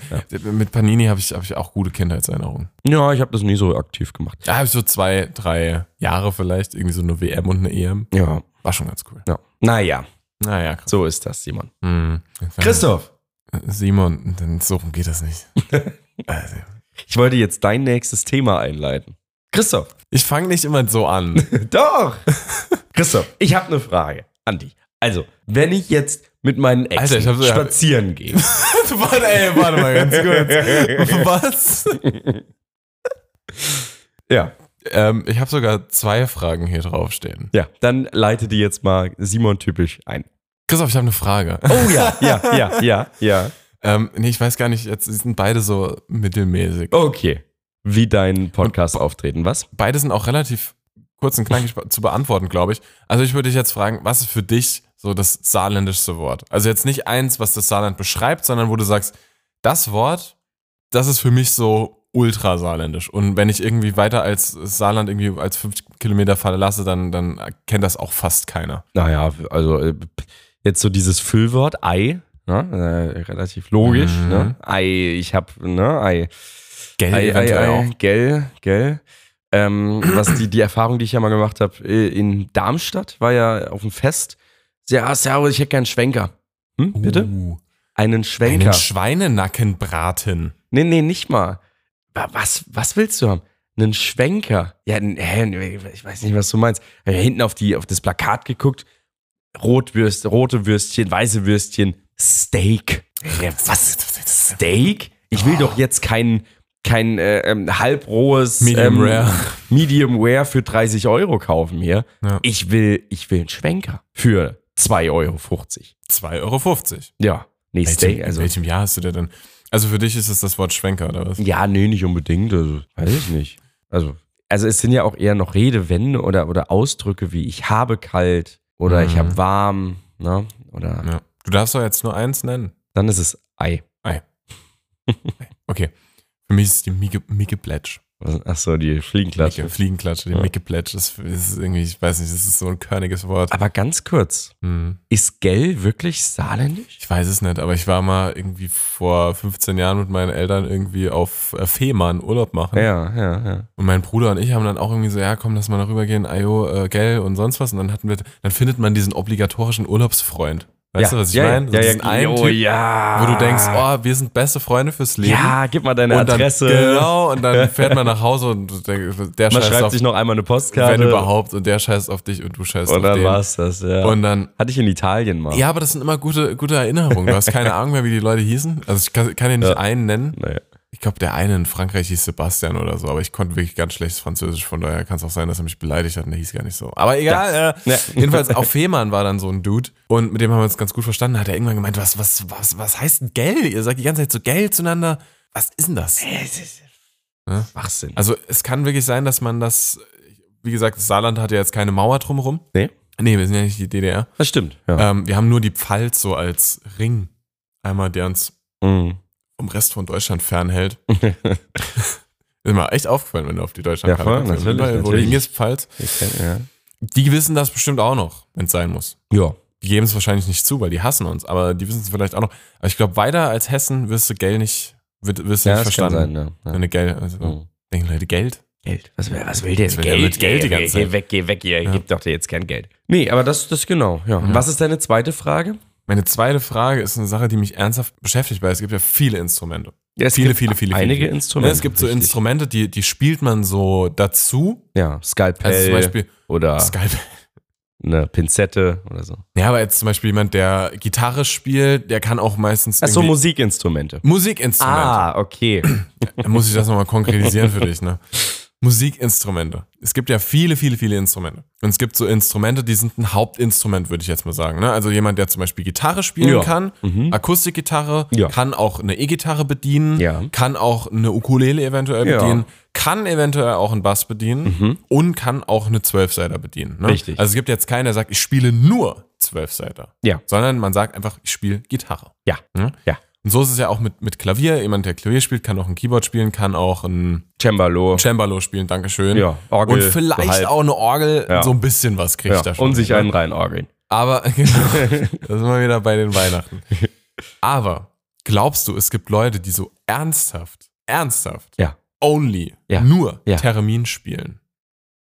S3: mit Panini habe ich, hab ich auch gute Kindheitserinnerungen.
S2: ja, ich habe das nie so aktiv gemacht.
S3: Da habe ich so zwei, drei Jahre vielleicht, irgendwie so eine WM und eine EM.
S2: Ja,
S3: War schon ganz cool.
S2: ja. Naja,
S3: Naja, krass.
S2: so ist das, Simon.
S3: Hm. Äh,
S2: Christoph!
S3: Simon, dann so rum geht das nicht. also.
S2: Ich wollte jetzt dein nächstes Thema einleiten. Christoph!
S3: Ich fange nicht immer so an.
S2: Doch! Christoph, ich habe eine Frage an dich. Also, wenn ich jetzt mit meinen Exen
S3: Alter, ich hab so-
S2: spazieren gehe.
S3: warte, ey, warte mal ganz kurz. Was?
S2: ja.
S3: Ähm, ich habe sogar zwei Fragen hier draufstehen.
S2: Ja, dann leite die jetzt mal Simon typisch ein.
S3: Christoph, ich habe eine Frage.
S2: Oh ja, ja, ja, ja, ja.
S3: Ähm, nee, ich weiß gar nicht, jetzt sind beide so mittelmäßig.
S2: Okay. Wie dein Podcast auftreten, was?
S3: Beide sind auch relativ kurz und knackig be- zu beantworten, glaube ich. Also ich würde dich jetzt fragen, was ist für dich so das saarländischste Wort? Also jetzt nicht eins, was das Saarland beschreibt, sondern wo du sagst, das Wort, das ist für mich so ultra saarländisch. Und wenn ich irgendwie weiter als Saarland irgendwie als fünf Kilometer falle lasse, dann, dann kennt das auch fast keiner.
S2: Naja, also äh, jetzt so dieses Füllwort Ei, ne? äh, relativ logisch.
S3: Mhm.
S2: Ne? Ei, ich hab, ne, Ei.
S3: Gell,
S2: Ei, ei,
S3: eventuell
S2: ei,
S3: auch.
S2: gell, gell. Ähm, was die, die Erfahrung, die ich ja mal gemacht habe, äh, in Darmstadt war ja auf dem Fest. Ja, servus, ich hätte gern Schwenker. Hm, bitte?
S3: Uh,
S2: Einen
S3: einen
S2: Schwenker.
S3: Schweinenackenbraten.
S2: nee, nee, nicht mal. Wa- Was, was willst du haben? Einen Schwenker. Ja, n- hä, nee, ich weiß nicht, was du meinst. Hab ja hinten auf, die, auf das Plakat geguckt. Rotwürst, rote Würstchen, weiße Würstchen, Steak. Ja, was? Steak? Ich will doch jetzt kein, kein äh, ähm, halbrohes
S3: Medium
S2: ähm,
S3: Rare.
S2: Medium Rare für 30 Euro kaufen hier.
S3: Ja.
S2: Ich will, ich will einen Schwenker für 2,50 Euro.
S3: 2,50 Euro.
S2: Ja. Nee, Steak,
S3: Welchem,
S2: also.
S3: in welchem Jahr hast du dir denn? Also für dich ist es das Wort Schwenker oder was?
S2: Ja, nee, nicht unbedingt. Also, weiß ich nicht. Also, also es sind ja auch eher noch Redewände oder, oder Ausdrücke wie ich habe kalt oder ich
S3: Mhm.
S2: habe warm, ne? Oder
S3: Ja. Du darfst doch jetzt nur eins nennen.
S2: dann ist es Ei.
S3: Okay. Für mich ist es die Mieke, Mieke Plätsch.
S2: Achso, die Fliegenklatsche.
S3: Mieke, Fliegenklatsche, die
S2: Ja.
S3: Mieke Plätsch. Das ist irgendwie, ich weiß nicht, das ist so ein körniges Wort.
S2: Aber ganz kurz,
S3: Hm.
S2: ist Gell wirklich saarländisch?
S3: Ich weiß es nicht, aber ich war mal irgendwie vor 15 Jahren mit meinen Eltern irgendwie auf äh, Fehmarn Urlaub machen.
S2: Ja, ja, ja.
S3: Und mein Bruder und ich haben dann auch irgendwie so, ja, komm, lass mal darüber gehen, ayo, äh, gell und sonst was. Und dann hatten wir, dann findet man diesen obligatorischen Urlaubsfreund. Weißt du, was ich
S2: ja,
S3: meine?
S2: Ja, ja,
S3: diesen einen
S2: oh,
S3: Typ,
S2: ja.
S3: wo du denkst, oh, wir sind beste Freunde fürs Leben.
S2: ja, gib mal deine
S3: und dann,
S2: Adresse.
S3: Genau, und dann fährt man nach Hause und der, der
S2: Man
S3: scheißt
S2: schreibt
S3: auf
S2: sich noch einmal eine
S3: wenn
S2: Postkarte.
S3: überhaupt, und der scheißt auf dich und du scheißt
S2: Und
S3: auf
S2: dann
S3: den.
S2: war's das, ja.
S3: Und dann,
S2: Hatte ich in Italien mal.
S3: ja, aber das sind immer gute, gute Erinnerungen. Du hast keine Ahnung mehr, wie die Leute hießen. Also ich kann, kann dir nicht einen nennen.
S2: Naja.
S3: Ich glaube, der eine in Frankreich hieß Sebastian oder so, aber ich konnte wirklich ganz schlechtes Französisch, von daher kann es auch sein, dass er mich beleidigt hat und der hieß gar nicht so. Aber egal, äh,
S2: Ja.
S3: jedenfalls auf Fehmarn war dann so ein Dude und mit dem haben wir uns ganz gut verstanden, hat er irgendwann gemeint, was, was, was, was heißt denn Geld? Ihr sagt die ganze Zeit so Geld zueinander. Was ist denn das?
S2: Schwachsinn.
S3: Also es kann wirklich sein, dass man das, wie gesagt, das Saarland hat ja jetzt keine Mauer drumherum.
S2: nee,
S3: Nee, wir sind ja nicht die DDR.
S2: das stimmt. Ja.
S3: Ähm, wir haben nur die Pfalz so als Ring. Einmal, der uns
S2: Mhm.
S3: vom Rest von Deutschland fernhält. Ist mir echt aufgefallen, wenn du auf die Deutschland
S2: Ja, voll, natürlich,
S3: Wo du
S2: natürlich.
S3: hingehst, Pfalz.
S2: Ich kenn- ja.
S3: Die wissen das bestimmt auch noch, wenn es sein muss.
S2: ja.
S3: Die geben es wahrscheinlich nicht zu, weil die hassen uns, aber die wissen es vielleicht auch noch. Aber ich glaube, weiter als Hessen wirst du Geld nicht, wird, wirst du
S2: Ja,
S3: nicht
S2: das kann
S3: verstanden.
S2: sein, ja. ja.
S3: Wenn du Geld, also,
S2: Mhm.
S3: denken Leute, Geld?
S2: Geld. Was, will- was will der
S3: will der mit Geld die ganze Zeit?
S2: Geh weg, geh weg, ihr gebt doch dir jetzt kein Geld. Nee, aber das das genau. Ja. Was ist deine zweite Frage?
S3: Meine zweite Frage ist eine Sache, die mich ernsthaft beschäftigt, weil es gibt ja viele Instrumente.
S2: Ja, es
S3: viele,
S2: gibt
S3: viele, viele, viele.
S2: einige Instrumente,
S3: Es gibt so
S2: richtig.
S3: Instrumente, die, die spielt man so dazu.
S2: Ja, Skalpell
S3: Also zum Beispiel
S2: oder
S3: Skype.
S2: eine Pinzette oder so.
S3: Ja, aber jetzt zum Beispiel jemand, der Gitarre spielt, der kann auch meistens
S2: Achso,
S3: irgendwie-
S2: Musikinstrumente.
S3: Musikinstrumente.
S2: Ah, okay.
S3: Dann muss ich das nochmal konkretisieren für dich, ne? Musikinstrumente. Es gibt ja viele, viele, viele Instrumente. Und es gibt so Instrumente, die sind ein Hauptinstrument, würde ich jetzt mal sagen. Ne? Also jemand, der zum Beispiel Gitarre spielen
S2: Ja. Mhm.
S3: kann, Akustikgitarre,
S2: Ja.
S3: kann auch eine E-Gitarre bedienen,
S2: Ja.
S3: kann auch eine Ukulele eventuell
S2: Ja. Mhm.
S3: bedienen, kann eventuell auch einen Bass bedienen und kann auch eine Zwölfseiter bedienen. Ne?
S2: Richtig.
S3: Also es gibt jetzt keinen, der sagt, ich spiele nur Zwölfseiter.
S2: Ja.
S3: Sondern man sagt einfach, ich spiele Gitarre.
S2: Ja.
S3: Ne?
S2: Ja.
S3: Und so ist es ja auch mit, mit Klavier. Jemand, der Klavier spielt, kann auch ein Keyboard spielen, kann auch ein
S2: Cembalo.
S3: Cembalo spielen, Dankeschön.
S2: Ja, Orgel,
S3: Und
S2: so
S3: vielleicht
S2: halb.
S3: auch eine Orgel,
S2: Ja.
S3: so ein bisschen was kriege ich da
S2: Ja.
S3: schon. ne?
S2: Und sich einen reinorgeln.
S3: Aber, genau, da sind wir wieder bei den Weihnachten. Aber, glaubst du, es gibt Leute, die so ernsthaft, ernsthaft,
S2: Ja.
S3: only,
S2: Ja.
S3: nur
S2: Ja.
S3: Termin spielen?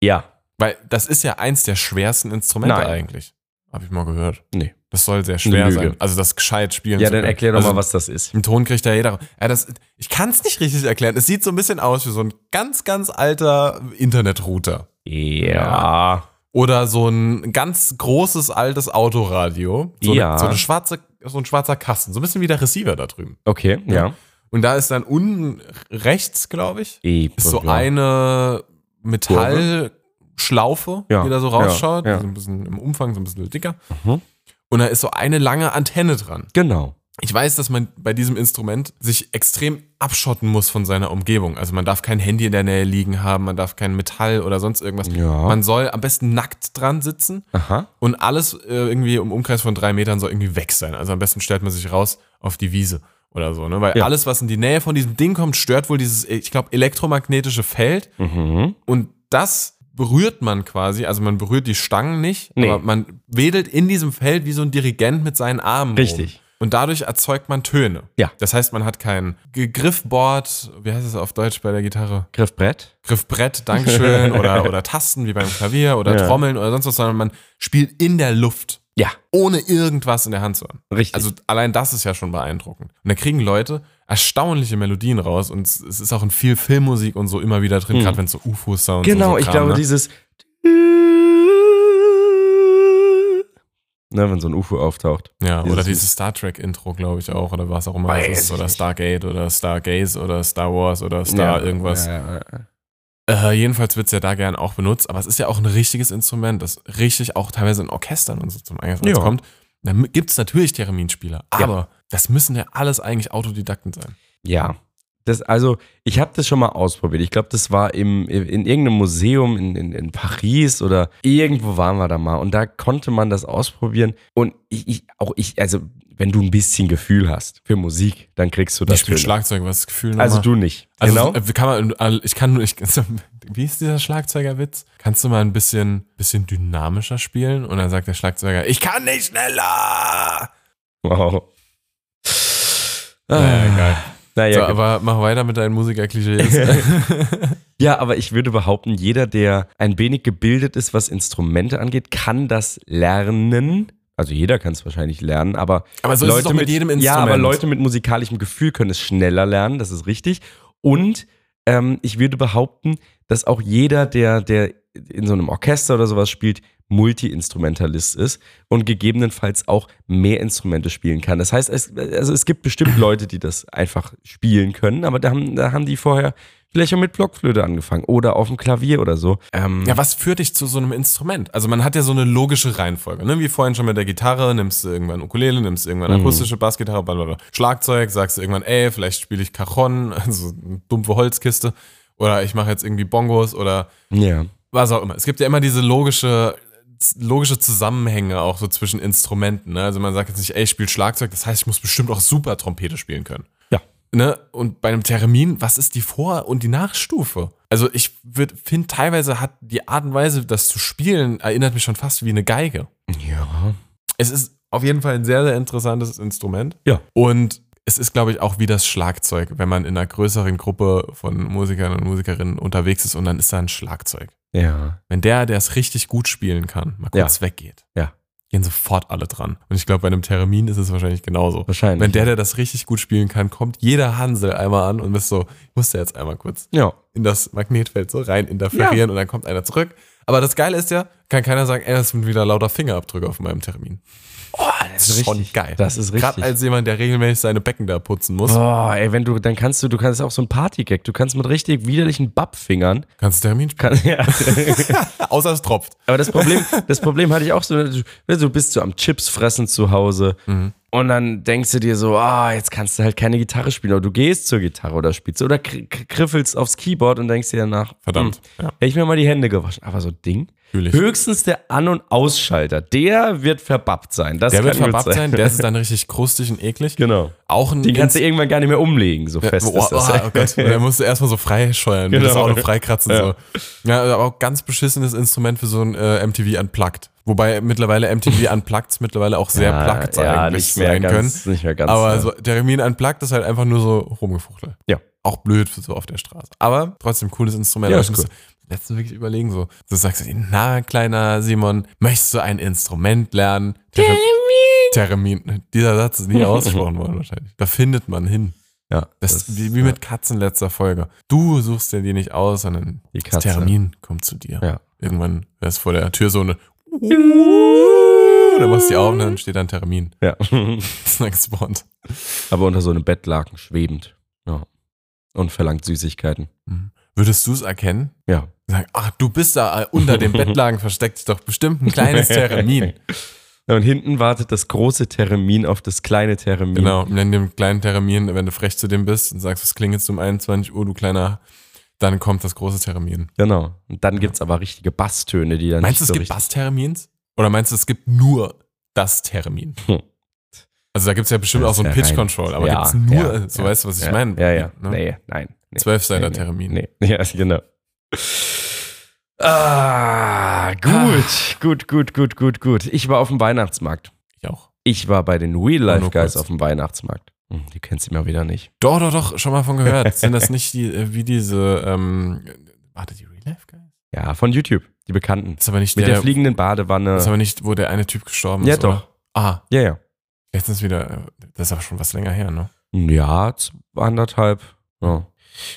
S2: Ja.
S3: Weil das ist ja eins der schwersten Instrumente
S2: Nein.
S3: eigentlich. Habe ich mal gehört.
S2: Nee.
S3: Das soll sehr schwer
S2: Lüge.
S3: sein. Also das gescheit spielen
S2: Ja,
S3: zu
S2: dann
S3: können.
S2: erklär doch
S3: also,
S2: mal, was das ist.
S3: Im Ton kriegt ja jeder. Ja, das, ich kann es nicht richtig erklären. Es sieht so ein bisschen aus wie so ein ganz, ganz alter Internetrouter.
S2: Ja.
S3: Oder so ein ganz großes altes Autoradio. So,
S2: Ja.
S3: eine, so, eine schwarze, so ein schwarzer Kasten. So ein bisschen wie der Receiver da drüben.
S2: Okay, ja.
S3: Und da ist dann unten rechts, glaube ich,
S2: E-
S3: ist so
S2: ja.
S3: eine Metallschlaufe,
S2: Ja,
S3: die da so rausschaut.
S2: ja, ja.
S3: Die ist ein bisschen im Umfang, so ein bisschen dicker.
S2: Mhm.
S3: Und da ist so eine lange Antenne dran.
S2: Genau.
S3: Ich weiß, dass man bei diesem Instrument sich extrem abschotten muss von seiner Umgebung. Also man darf kein Handy in der Nähe liegen haben, man darf kein Metall oder sonst irgendwas.
S2: Ja.
S3: Man soll am besten nackt dran sitzen
S2: Aha.
S3: und alles äh, irgendwie im Umkreis von drei Metern soll irgendwie weg sein. Also am besten stellt man sich raus auf die Wiese oder so, ne? Weil
S2: Ja.
S3: alles, was in die Nähe von diesem Ding kommt, stört wohl dieses, ich glaube, elektromagnetische Feld.
S2: Mhm.
S3: Und das berührt man quasi, also man berührt die Stangen nicht,
S2: Nee.
S3: aber man wedelt in diesem Feld wie so ein Dirigent mit seinen Armen.
S2: Richtig.
S3: Rum. Und dadurch erzeugt man Töne.
S2: Ja.
S3: Das heißt, man hat kein Ge- Griffboard, wie heißt es auf Deutsch bei der Gitarre?
S2: Griffbrett.
S3: Griffbrett, Dankeschön, oder, oder Tasten wie beim Klavier oder
S2: Ja.
S3: Trommeln oder sonst was, sondern man spielt in der Luft,
S2: Ja,
S3: ohne irgendwas in der Hand zu haben.
S2: richtig.
S3: Also allein das ist ja schon beeindruckend. Und da kriegen Leute erstaunliche Melodien raus und es es ist auch in viel Filmmusik und so immer wieder drin, gerade wenn es so UFO-Sounds und
S2: Mhm. genau,
S3: so
S2: ich
S3: Kram,
S2: glaube,
S3: ne?
S2: dieses. Ne, wenn so ein UFO auftaucht.
S3: Ja,
S2: dieses-
S3: oder dieses Star Trek-Intro, glaube ich auch, oder was auch immer
S2: Weiß
S3: das ist.
S2: ich
S3: Oder
S2: nicht.
S3: Stargate oder Stargaze oder Star Wars oder Star irgendwas.
S2: Ja, ja, ja.
S3: Äh, jedenfalls wird es ja da gern auch benutzt, aber es ist ja auch ein richtiges Instrument, das richtig auch teilweise in Orchestern und so zum Einsatz
S2: Ja.
S3: kommt. Da gibt es natürlich Thereminspieler,
S2: Ja.
S3: aber das müssen ja alles eigentlich Autodidakten sein.
S2: Ja. Das, also, ich habe das schon mal ausprobiert. Ich glaube, das war im, in irgendeinem Museum in, in, in Paris oder irgendwo waren wir da mal. Und da konnte man das ausprobieren. Und ich, ich auch ich, also, wenn du ein bisschen Gefühl hast für Musik, dann kriegst du das.
S3: Ich spiele
S2: Töne.
S3: Schlagzeug, was das Gefühl
S2: Also
S3: nochmal?
S2: du nicht. Genau.
S3: Also äh, kann man, ich kann nur, ich, wie ist dieser Schlagzeugerwitz? Kannst du mal ein bisschen, bisschen dynamischer spielen? Und dann sagt der Schlagzeuger, ich kann nicht
S2: Ah.
S3: schneller!
S2: Wow.
S3: Naja,
S2: Ah,
S3: egal.
S2: naja,
S3: so,
S2: gut.
S3: aber mach weiter mit deinen Musikerklischees.
S2: ja, aber ich würde behaupten, jeder, der ein wenig gebildet ist, was Instrumente angeht, kann das lernen. Also jeder kann es wahrscheinlich lernen, aber,
S3: Aber so ist Also es doch mit jedem
S2: Ja,
S3: Instrument.
S2: aber Leute mit musikalischem Gefühl können es schneller lernen, das ist richtig. Und ähm, ich würde behaupten, dass auch jeder, der, der in so einem Orchester oder sowas spielt, Multi-Instrumentalist ist und gegebenenfalls auch mehr Instrumente spielen kann. Das heißt, es, also es gibt bestimmt Leute, die das einfach spielen können, aber da haben, da haben die vorher vielleicht schon mit Blockflöte angefangen oder auf dem Klavier oder so. Ähm,
S3: Ja, was führt dich zu so einem Instrument? Also man hat ja so eine logische Reihenfolge, ne? Wie vorhin schon mit der Gitarre, nimmst du irgendwann Ukulele, nimmst du irgendwann akustische Bassgitarre, blablabla. Schlagzeug, sagst du irgendwann, ey, vielleicht spiele ich Cajon, also eine dumpfe Holzkiste. Oder ich mache jetzt irgendwie Bongos oder
S2: ja.
S3: was auch immer. Es gibt ja immer diese logische, logische Zusammenhänge auch so zwischen Instrumenten. Ne? Also man sagt jetzt nicht, ey, ich spiele Schlagzeug, das heißt, ich muss bestimmt auch super Trompete spielen können.
S2: Ja.
S3: Ne? Und bei einem Termin, was ist die Vor- und die Nachstufe? Also ich finde, teilweise hat die Art und Weise, das zu spielen, erinnert mich schon fast wie eine Geige.
S2: Ja.
S3: Es ist auf jeden Fall ein sehr, sehr interessantes Instrument.
S2: Ja.
S3: Und es ist, glaube ich, auch wie das Schlagzeug, wenn man in einer größeren Gruppe von Musikern und Musikerinnen unterwegs ist und dann ist da ein Schlagzeug.
S2: Ja.
S3: Wenn der, der es richtig gut spielen kann, mal kurz weggeht,
S2: Ja.
S3: gehen sofort alle dran. Und ich glaube, bei einem Termin ist es wahrscheinlich genauso.
S2: Wahrscheinlich,
S3: Wenn der,
S2: ja.
S3: der das richtig gut spielen kann, kommt jeder Hansel einmal an und bist so, ich muss da jetzt einmal kurz
S2: Ja.
S3: in das Magnetfeld so rein interferieren und dann kommt einer zurück. Aber das Geile ist ja, kann keiner sagen, ey, das sind wieder lauter Fingerabdrücke auf meinem Termin.
S2: Oh, Das ist
S3: Schon
S2: richtig.
S3: geil.
S2: Das ist
S3: Gerade
S2: richtig.
S3: als jemand, der regelmäßig seine Becken da putzen muss,
S2: Boah, ey, wenn du, dann kannst du, du kannst auch so ein Partygag, du kannst mit richtig widerlichen Bappfingern.
S3: kannst du Termin spielen.
S2: Kann, ja.
S3: Außer es tropft.
S2: Aber das Problem, das Problem hatte ich auch so, du, du bist so am Chips fressen zu Hause
S3: Mhm.
S2: und dann denkst du dir so, ah, jetzt kannst du halt keine Gitarre spielen oder du gehst zur Gitarre oder spielst oder kr- kr- griffelst aufs Keyboard und denkst dir danach,
S3: Verdammt,
S2: hm,
S3: ja.
S2: hätte ich mir mal die Hände gewaschen. Aber so ein Ding,
S3: Fühl ich.
S2: höchstens der An- und Ausschalter, der wird verbappt sein. Das
S3: Der wird
S2: kann gut
S3: verbappt sein, der ist dann richtig krustig und eklig.
S2: Genau.
S3: Auch ein
S2: Den kannst du irgendwann gar nicht mehr umlegen, so fest
S3: oh,
S2: ist das.
S3: oh, oh Gott, da musst du erstmal so freischeuern,
S2: Genau.
S3: das Auto freikratzen. So. Ja, aber auch ganz beschissenes Instrument für so ein äh, MTV Unplugged. Wobei mittlerweile MTV Unplugged mittlerweile auch sehr
S2: Ja,
S3: plugged
S2: ja,
S3: eigentlich
S2: nicht mehr
S3: sein
S2: ganz-
S3: können.
S2: nicht mehr ganz,
S3: aber
S2: ja.
S3: so, der Remin Unplugged ist halt einfach nur so rumgefuchtelt.
S2: Ja.
S3: Auch blöd für so auf der Straße. Aber trotzdem cooles Instrument.
S2: Ja,
S3: Aber
S2: ist
S3: ich musste letztens wirklich überlegen, so. Du sagst, na, kleiner Simon, möchtest du ein Instrument lernen? Termin. Termin. Dieser Satz ist nie ausgesprochen worden wahrscheinlich. Da findet man hin.
S2: Ja,
S3: Das, wie, wie mit Katzen letzter Folge. Du suchst dir die nicht aus, sondern
S2: Die
S3: das
S2: Katze.
S3: Termin kommt zu dir.
S2: Ja.
S3: Irgendwann wäre es vor der Tür so eine. Dann machst du die
S2: ne?
S3: Augen, dann steht da ein Termin.
S2: Ja.
S3: Das ist dann gespawnt.
S2: Aber unter so einem Bettlaken schwebend. Ja. Und verlangt Süßigkeiten.
S3: Würdest du es erkennen?
S2: Ja.
S3: Sagen, ach, du bist da äh, unter dem Bettlaken, versteckt sich doch bestimmt ein kleines Termin.
S2: Und hinten wartet das große Termin auf das kleine Termin.
S3: genau, und wenn dem kleinen Termin, wenn du frech zu dem bist und sagst, was klingelt um 21 Uhr, du kleiner, dann kommt das große Termin.
S2: Genau. Und dann gibt es aber richtige Basstöne, die dann
S3: Meinst
S2: nicht
S3: du, es
S2: so
S3: gibt Bass-Theremins? Oder meinst du, es gibt nur das Theremin?
S2: Hm.
S3: Also da gibt es ja bestimmt
S2: Das
S3: auch so einen
S2: wär rein-
S3: Pitch-Control, aber
S2: Ja,
S3: gibt's gibt es nur,
S2: ja,
S3: so
S2: ja,
S3: weißt du, was ich
S2: ja,
S3: meine?
S2: Ja, ja.
S3: Ne?
S2: Nee, nein. Nee.
S3: Zwölfseiter
S2: nee,
S3: Termin.
S2: Nee. Ja, genau. Ah, gut, gut, gut, gut, gut, gut. Ich war auf dem Weihnachtsmarkt.
S3: Ich auch.
S2: Ich war bei den Real
S3: Oh,
S2: Life
S3: nur
S2: Guys
S3: kurz.
S2: auf dem Weihnachtsmarkt. Hm, Du kennst ihn mal wieder nicht.
S3: Doch, doch, doch, schon mal von gehört. Sind das nicht die, äh, wie diese, ähm, warte, die Real-Life-Guys?
S2: Ja, von YouTube, die Bekannten.
S3: Ist aber nicht
S2: Mit
S3: der,
S2: der fliegenden Badewanne.
S3: das ist aber nicht, wo der eine Typ gestorben
S2: Ja,
S3: ist, oder?
S2: doch.
S3: Ah,
S2: Ja, ja.
S3: letztens wieder, äh, das ist aber schon was länger her, ne?
S2: Ein Jahr, z- anderthalb. Ja,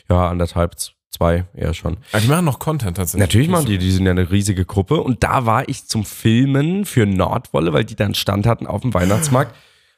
S2: ja anderthalb, z- zwei eher schon.
S3: Ah, die machen noch Content tatsächlich.
S2: Natürlich machen die, die sind ja eine riesige Gruppe. Und da war ich zum Filmen für Nordwolle, weil die da einen Stand hatten auf dem Weihnachtsmarkt.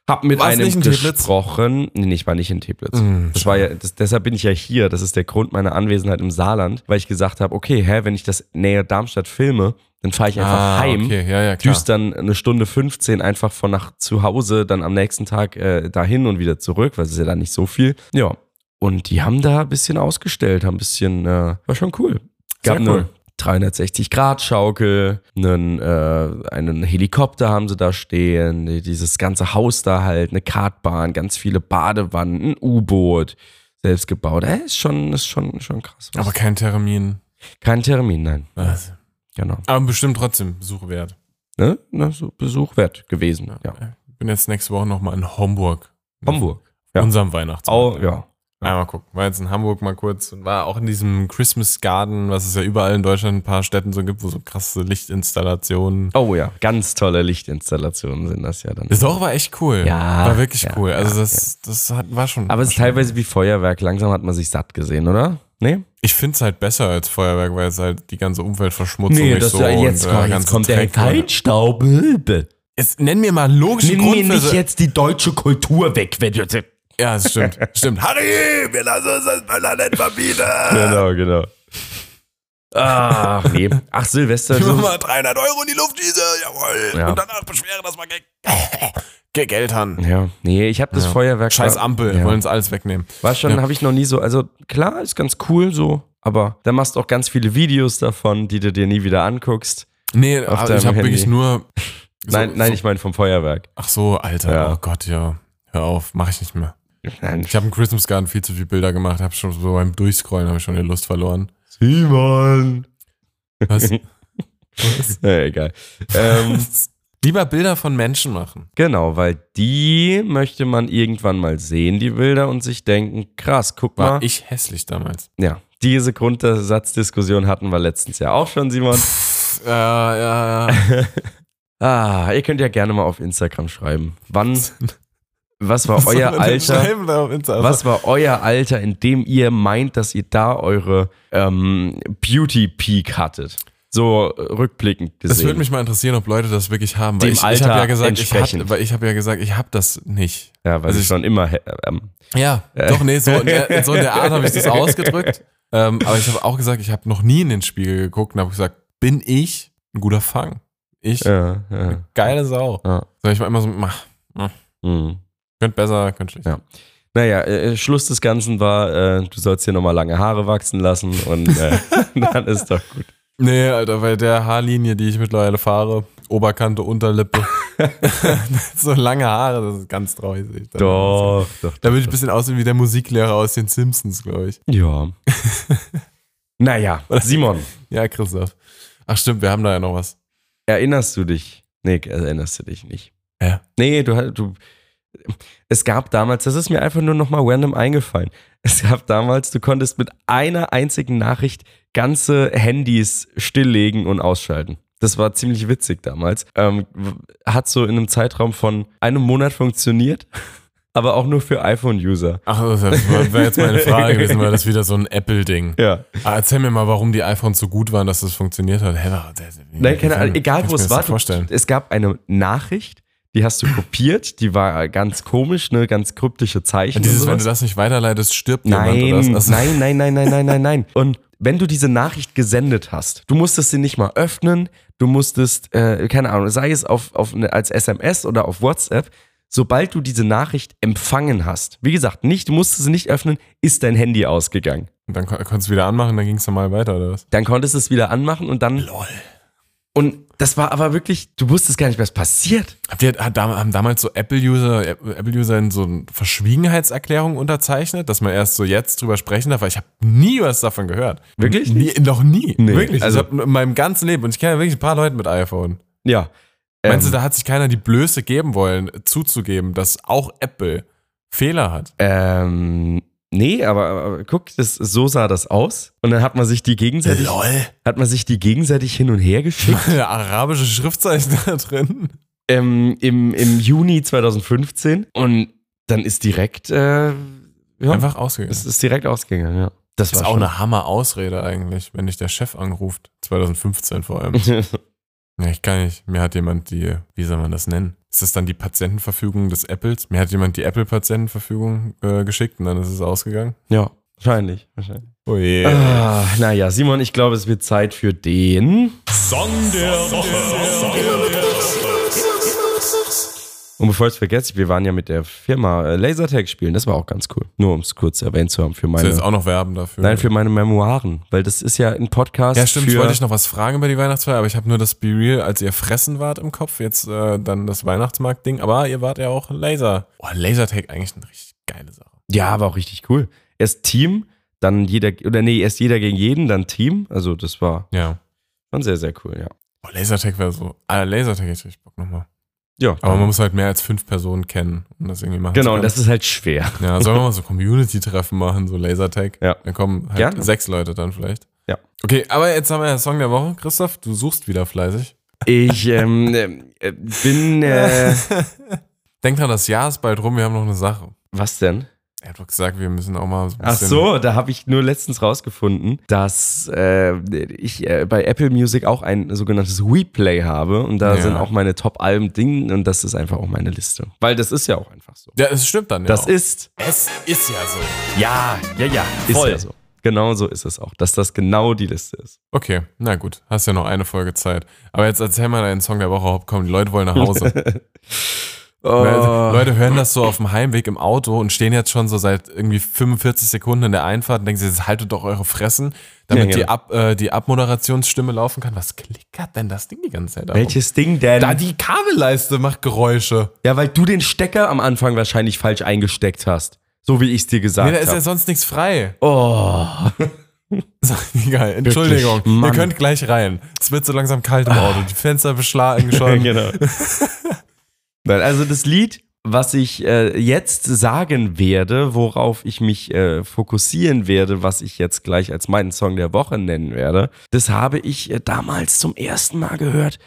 S2: Hab mit
S3: War's
S2: einem
S3: nicht in Teplitz?
S2: gesprochen. Nee, nee, ich war nicht in Teplitz.
S3: Mm,
S2: das war ja, das, deshalb bin ich ja hier. Das ist der Grund meiner Anwesenheit im Saarland, weil ich gesagt habe, okay, hä, wenn ich das näher Darmstadt filme, dann fahre ich einfach
S3: ah,
S2: heim.
S3: Okay, ja, ja, klar.
S2: düst dann eine Stunde 15 einfach von nach zu Hause, dann am nächsten Tag äh, dahin und wieder zurück, weil es ist ja dann nicht so viel. Ja. Und die haben da ein bisschen ausgestellt, haben ein bisschen, äh, war schon cool.
S3: Sehr
S2: Gab eine
S3: cool.
S2: 360-Grad-Schaukel, einen, äh, einen Helikopter haben sie da stehen, die- dieses ganze Haus da halt, eine Kartbahn, ganz viele Badewannen, ein U-Boot, selbst gebaut. Äh, ist schon, ist schon, schon krass.
S3: Aber kein Termin.
S2: kein Termin, nein.
S3: Also,
S2: Genau.
S3: aber bestimmt trotzdem Besuch wert.
S2: Ne? Na, so Besuch wert gewesen. Ja.
S3: Ich bin jetzt nächste Woche nochmal in Hamburg.
S2: Hamburg.
S3: Unserem Weihnachtsmarkt.
S2: Au, ja.
S3: Einmal gucken. War jetzt in Hamburg mal kurz und war auch in diesem Christmas Garden, was es ja überall in Deutschland ein paar Städten so gibt, wo so krasse Lichtinstallationen.
S2: Oh ja, ganz tolle Lichtinstallationen sind das ja dann.
S3: Das auch war echt cool.
S2: Ja,
S3: War wirklich
S2: ja,
S3: cool. Also das, das hat, war schon.
S2: Aber es ist
S3: war schon-
S2: teilweise wie Feuerwerk. Langsam hat man sich satt gesehen, oder? Nee?
S3: Ich finde es halt besser als Feuerwerk, weil es halt die ganze Umweltverschmutzung nicht so und, äh, ganze Dreck-
S2: Feinstaub.
S3: Jetzt nenn mir mal logischen Grund für so-
S2: jetzt die deutsche Kultur weg, wenn du.
S3: Ja, das stimmt. stimmt. Harry, wir lassen uns das Böller nicht verbieten.
S2: Genau, genau. Ach, nee. Ach, Silvester.
S3: Ich mach
S2: So,
S3: mal 300 Euro in die Luft, diese, jawohl.
S2: Also Ja.
S3: Und danach beschweren, dass wir ge ge Geld haben.
S2: ja, nee, ich habe das Feuerwerk.
S3: Scheiß Ampel,
S2: Ja.
S3: wollen uns alles wegnehmen.
S2: War schon, habe ich noch nie so. Also klar, ist ganz cool so, aber da machst du auch ganz viele Videos davon, die du dir nie wieder anguckst.
S3: Nee,
S2: Auf
S3: aber ich
S2: deinem
S3: habe wirklich
S2: Handy.
S3: nur. so-
S2: nein, nein,
S3: so,
S2: ich meine vom Feuerwerk.
S3: Ach so, Alter.
S2: Ja.
S3: Oh Gott, ja. Hör auf, mache ich nicht mehr.
S2: Nein,
S3: Ich habe im Christmas Garden viel zu viele Bilder gemacht, habe schon so beim Durchscrollen habe ich schon die Lust verloren.
S2: Simon.
S3: Was?
S2: Ja, egal. Ähm,
S3: Lieber Bilder von Menschen machen.
S2: genau, weil die möchte man irgendwann mal sehen, die Bilder, und sich denken, krass, guck
S3: War
S2: mal.
S3: ich hässlich damals.
S2: Ja, diese Grundsatzdiskussion hatten wir letztens ja auch schon, Simon. äh,
S3: Ja, ja, ja.
S2: Ah, ihr könnt ja gerne mal auf Instagram schreiben. Wann, was war
S3: Soll man
S2: euer
S3: denn
S2: Alter?
S3: schreiben Also da auf Insta?
S2: Was war euer Alter, in dem ihr meint, dass ihr da eure ähm, Beauty Peak hattet? So äh, rückblickend gesehen.
S3: Das würde mich mal interessieren, ob Leute das wirklich haben. Weil
S2: Dem
S3: ich, ich habe
S2: Alter
S3: ja gesagt, ich
S2: entsprechend.
S3: hab, weil ich habe ja gesagt, ich habe das nicht.
S2: ja, weil
S3: also
S2: ich
S3: ich-
S2: schon immer. hä- Ähm,
S3: Ja, doch nee, so, in der- so in der Art habe ich das ausgedrückt. Ähm, aber ich habe auch gesagt, ich habe noch nie in den Spiegel geguckt und habe gesagt, bin ich ein guter Fang? Ich
S2: ja, ja,
S3: geile Sau.
S2: ja.
S3: Soll ich mal immer so, mach,
S2: Hm.
S3: könnt besser, könnt schlechter.
S2: Ja. Naja, äh, Schluss des Ganzen war, äh, du sollst hier nochmal lange Haare wachsen lassen und äh, dann ist doch gut.
S3: Nee, Alter, bei der Haarlinie, die ich mittlerweile fahre, Oberkante, Unterlippe, so lange Haare, das ist ganz traurig. sehe ich dann.
S2: Doch, doch.
S3: Da würde ich ein bisschen aussehen wie der Musiklehrer aus den Simpsons, glaube ich.
S2: Ja. naja, Simon,
S3: Ja, Christoph. Ach stimmt, wir haben da ja noch was.
S2: erinnerst du dich? Nee, erinnerst du dich nicht.
S3: Ja.
S2: Nee, du hat- du. Es gab damals, das ist mir einfach nur nochmal random eingefallen. Es gab damals, du konntest mit einer einzigen Nachricht ganze Handys stilllegen und ausschalten. Das war ziemlich witzig damals. Ähm, w- hat so in einem Zeitraum von einem Monat funktioniert, aber auch nur für iPhone-User.
S3: Ach, das wäre jetzt meine Frage gewesen, weil das wieder so ein Apple-Ding.
S2: Ja.
S3: Ah, erzähl mir mal, warum die iPhones so gut waren, dass das funktioniert hat. Hä, war- der- der-
S2: Nein, keine
S3: kann-
S2: Ahnung, egal
S3: kannst
S2: wo
S3: du
S2: es
S3: mir das
S2: war.
S3: nicht Vorstellen.
S2: Du, es gab eine Nachricht, die hast du kopiert, die war ganz komisch, ne, ganz kryptische Zeichen. und
S3: Dieses,
S2: sowas.
S3: wenn du das nicht weiterleitest, stirbt jemand oder
S2: Nein,
S3: so. Also,
S2: nein, nein, nein, nein, nein, nein, nein. Und wenn du diese Nachricht gesendet hast, du musstest sie nicht mal öffnen, du musstest, äh, keine Ahnung, sei es auf, auf eine, als SMS oder auf WhatsApp, sobald du diese Nachricht empfangen hast, wie gesagt, nicht, du musstest sie nicht öffnen, ist dein Handy ausgegangen.
S3: Und dann kon- konntest du wieder anmachen, dann ging es normal weiter oder was?
S2: Dann konntest du es wieder anmachen und dann. Lol. Und das war aber wirklich, du wusstest gar nicht, was passiert.
S3: Habt ihr, hat, dam- haben damals so Apple-User Apple-User in so eine Verschwiegenheitserklärung unterzeichnet, dass man erst so jetzt drüber sprechen darf? Weil ich habe nie was davon gehört.
S2: Wirklich?
S3: Nie, noch nie.
S2: Nee,
S3: wirklich.
S2: also-
S3: ich habe in meinem ganzen Leben, und ich kenne ja wirklich ein paar Leute mit iPhone.
S2: Ja.
S3: Meinst
S2: Ähm.
S3: du, da hat sich keiner die Blöße geben wollen, zuzugeben, dass auch Apple Fehler hat?
S2: Ähm, nee, aber, aber guck, das, so sah das aus. Und dann hat man sich die gegenseitig, hat man sich die gegenseitig hin und her geschickt.
S3: Arabische Schriftzeichen da drin.
S2: ähm, im, Im Juni 2015. Und dann ist direkt, äh, ja,
S3: Einfach ausgegangen.
S2: es ist direkt ausgegangen, ja. Das
S3: ist
S2: war
S3: auch
S2: schon-
S3: eine Hammer-Ausrede eigentlich, wenn dich der Chef anruft. 2015 vor allem. ja, ich kann nicht. Mir hat jemand die, wie soll man das nennen? Ist das dann die Patientenverfügung des Apples? Mir hat jemand die Apple-Patientenverfügung äh, geschickt und dann ist es ausgegangen.
S2: Ja, wahrscheinlich. wahrscheinlich.
S3: Oh je.
S2: Ah, naja, Simon, ich glaube, es wird Zeit für den. Und bevor ich es vergesse, wir waren ja mit der Firma äh, Lasertag spielen, das war auch ganz cool. Nur um es kurz erwähnt zu haben für
S3: Soll
S2: meine.
S3: jetzt auch noch werben dafür?
S2: Nein, für meine Memoiren, weil das ist ja ein Podcast.
S3: Ja, stimmt.
S2: Für,
S3: Ich wollte dich noch was fragen über die Weihnachtsfeier, aber ich habe nur das Be Real, als ihr fressen wart im Kopf, jetzt äh, dann das Weihnachtsmarkt-Ding. Aber ihr wart ja auch Laser. Oh, Lasertag eigentlich eine richtig geile Sache.
S2: ja, war auch richtig cool. Erst Team, dann jeder, oder nee, erst jeder gegen jeden, dann Team. Also das war
S3: Ja.
S2: schon sehr, sehr cool, ja.
S3: Oh, Lasertag wäre so. Ah, Lasertag hätte ich richtig Bock nochmal.
S2: Ja.
S3: Aber man muss halt mehr als fünf Personen kennen, um das irgendwie machen
S2: Genau,
S3: zu
S2: und
S3: können.
S2: das ist halt schwer.
S3: Ja, sollen wir mal so Community-Treffen machen, so Lasertag?
S2: Ja.
S3: Dann kommen halt
S2: Gerne.
S3: sechs Leute dann vielleicht.
S2: Ja.
S3: Okay, aber jetzt haben wir ja Song der Woche. Christoph, du suchst wieder fleißig.
S2: Ich ähm, äh, bin. Äh,
S3: Denk dran, das Jahr ist bald rum, wir haben noch eine Sache.
S2: was denn?
S3: Er hat doch gesagt, wir müssen auch mal so ein
S2: Ach
S3: bisschen.
S2: so, da habe ich nur letztens rausgefunden, dass äh, ich äh, bei Apple Music auch ein sogenanntes WePlay habe und da
S3: Ja.
S2: sind auch meine Top-Alben-Dinge und das ist einfach auch meine Liste. Weil das ist ja auch einfach so.
S3: Ja, es stimmt dann ja.
S2: Das
S3: auch.
S2: ist.
S3: Es ist ja so.
S2: Ja, ja, ja.
S1: voll.
S2: Ist ja so. Genau so ist es auch, dass das genau die Liste ist.
S3: Okay, na gut, hast ja noch eine Folge Zeit. Aber jetzt erzähl mal deinen Song der Woche. Hopp, Komm, die Leute wollen nach Hause. Oh.
S2: Ne, also, Oh.
S3: Weil Leute hören das so auf dem Heimweg im Auto und stehen jetzt schon so seit irgendwie 45 Sekunden in der Einfahrt und denken sich, jetzt haltet doch eure Fressen,
S2: Ja, genau.
S3: damit die,
S2: ja.
S3: Ab, äh, die Abmoderationsstimme laufen kann. Was klickert denn das Ding die ganze Zeit? da rum?
S2: Welches Ding denn?
S3: Da die Kabelleiste macht Geräusche.
S2: ja, weil du den Stecker am Anfang wahrscheinlich falsch eingesteckt hast. So wie ich es dir gesagt
S3: Nee, da ist ja
S2: habe.
S3: sonst nichts frei.
S2: Oh.
S3: Egal, Entschuldigung. Ihr
S2: Mann. Ah.
S3: könnt gleich rein. Es wird so langsam kalt im Auto. Die Fenster beschlagen schon.
S2: genau. Nein, also das Lied, was ich äh, jetzt sagen werde, worauf ich mich äh, fokussieren werde, was ich jetzt gleich als meinen Song der Woche nennen werde, das habe ich äh, damals zum ersten Mal gehört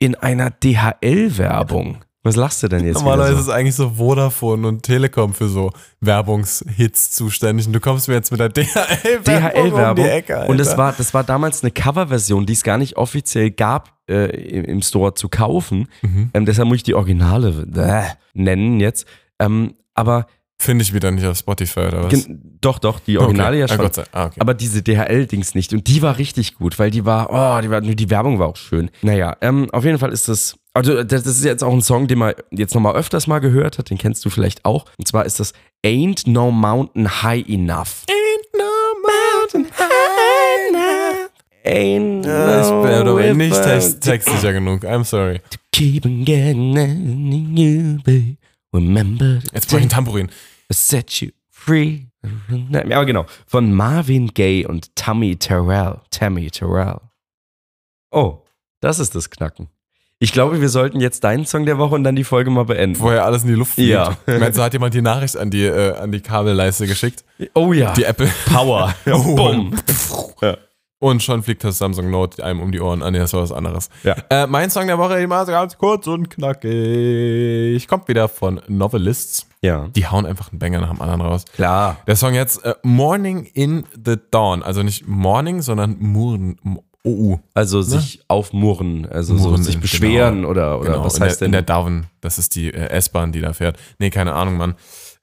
S2: in einer DHL-Werbung. Was lachst du denn jetzt?
S3: Normalerweise
S2: wieder
S3: ist eigentlich so Vodafone und Telekom für so Werbungshits zuständig. Und du kommst mir jetzt mit der DHL-Werbung um die
S2: DHL-Werbung.
S3: Ecke. Alter.
S2: und das war, das war damals eine Coverversion, die es gar nicht offiziell gab äh, im, im Store zu kaufen.
S3: Mhm.
S2: Ähm, deshalb muss ich die Originale äh, nennen jetzt. Ähm, aber
S3: Finde ich wieder nicht auf Spotify oder was?
S2: Gen- doch, doch, die Originale
S3: okay.
S2: ja
S3: Ah,
S2: schon.
S3: Gott sei- ah, okay.
S2: Aber diese DHL-Dings nicht. Und die war richtig gut, weil die war, oh, die, war, die Werbung war auch schön. Naja, ähm, auf jeden Fall ist das, also das das ist jetzt auch ein Song, den man jetzt nochmal öfters mal gehört hat, den kennst du vielleicht auch. Und zwar ist das Ain't No Mountain High Enough.
S3: Ain't no mountain
S2: Ain't
S3: ich bin
S2: no
S3: aber nicht
S2: river
S3: text,
S2: to
S3: textsicher genug. I'm sorry.
S2: keep on getting you, babe. Remember the
S3: Jetzt brauche ich ein Tambourin.
S2: Set You Free. Ja, genau. Von Marvin Gaye und Tammy Terrell. Tammy Terrell. Oh, das ist das Knacken. Ich glaube, wir sollten jetzt deinen Song der Woche und dann die Folge mal beenden.
S3: Vorher alles in die Luft fliegt.
S2: Ja.
S3: Meinst du, hat jemand die Nachricht an die, äh, an die Kabelleiste geschickt?
S2: Oh ja.
S3: Die Apple.
S2: Power.
S3: Oh.
S2: Bumm.
S3: Und schon fliegt das Samsung Note einem um die Ohren. Ah, nee, das war was anderes.
S2: Ja.
S3: Äh, mein Song der Woche, immer so ganz kurz und knackig. Kommt wieder von Novelists.
S2: Ja.
S3: Die hauen einfach einen Banger nach dem anderen raus.
S2: Klar.
S3: Der Song jetzt äh, Morning in the Dawn. Also nicht Morning, sondern Murren. Oh, uh.
S2: Also sich aufmurren, also
S3: Murren,
S2: so sich
S3: genau.
S2: beschweren oder, oder
S3: Genau,
S2: was
S3: in
S2: heißt
S3: der,
S2: denn?
S3: In der Down. Das ist die äh, S-Bahn, die da fährt. Nee, keine Ahnung, Mann.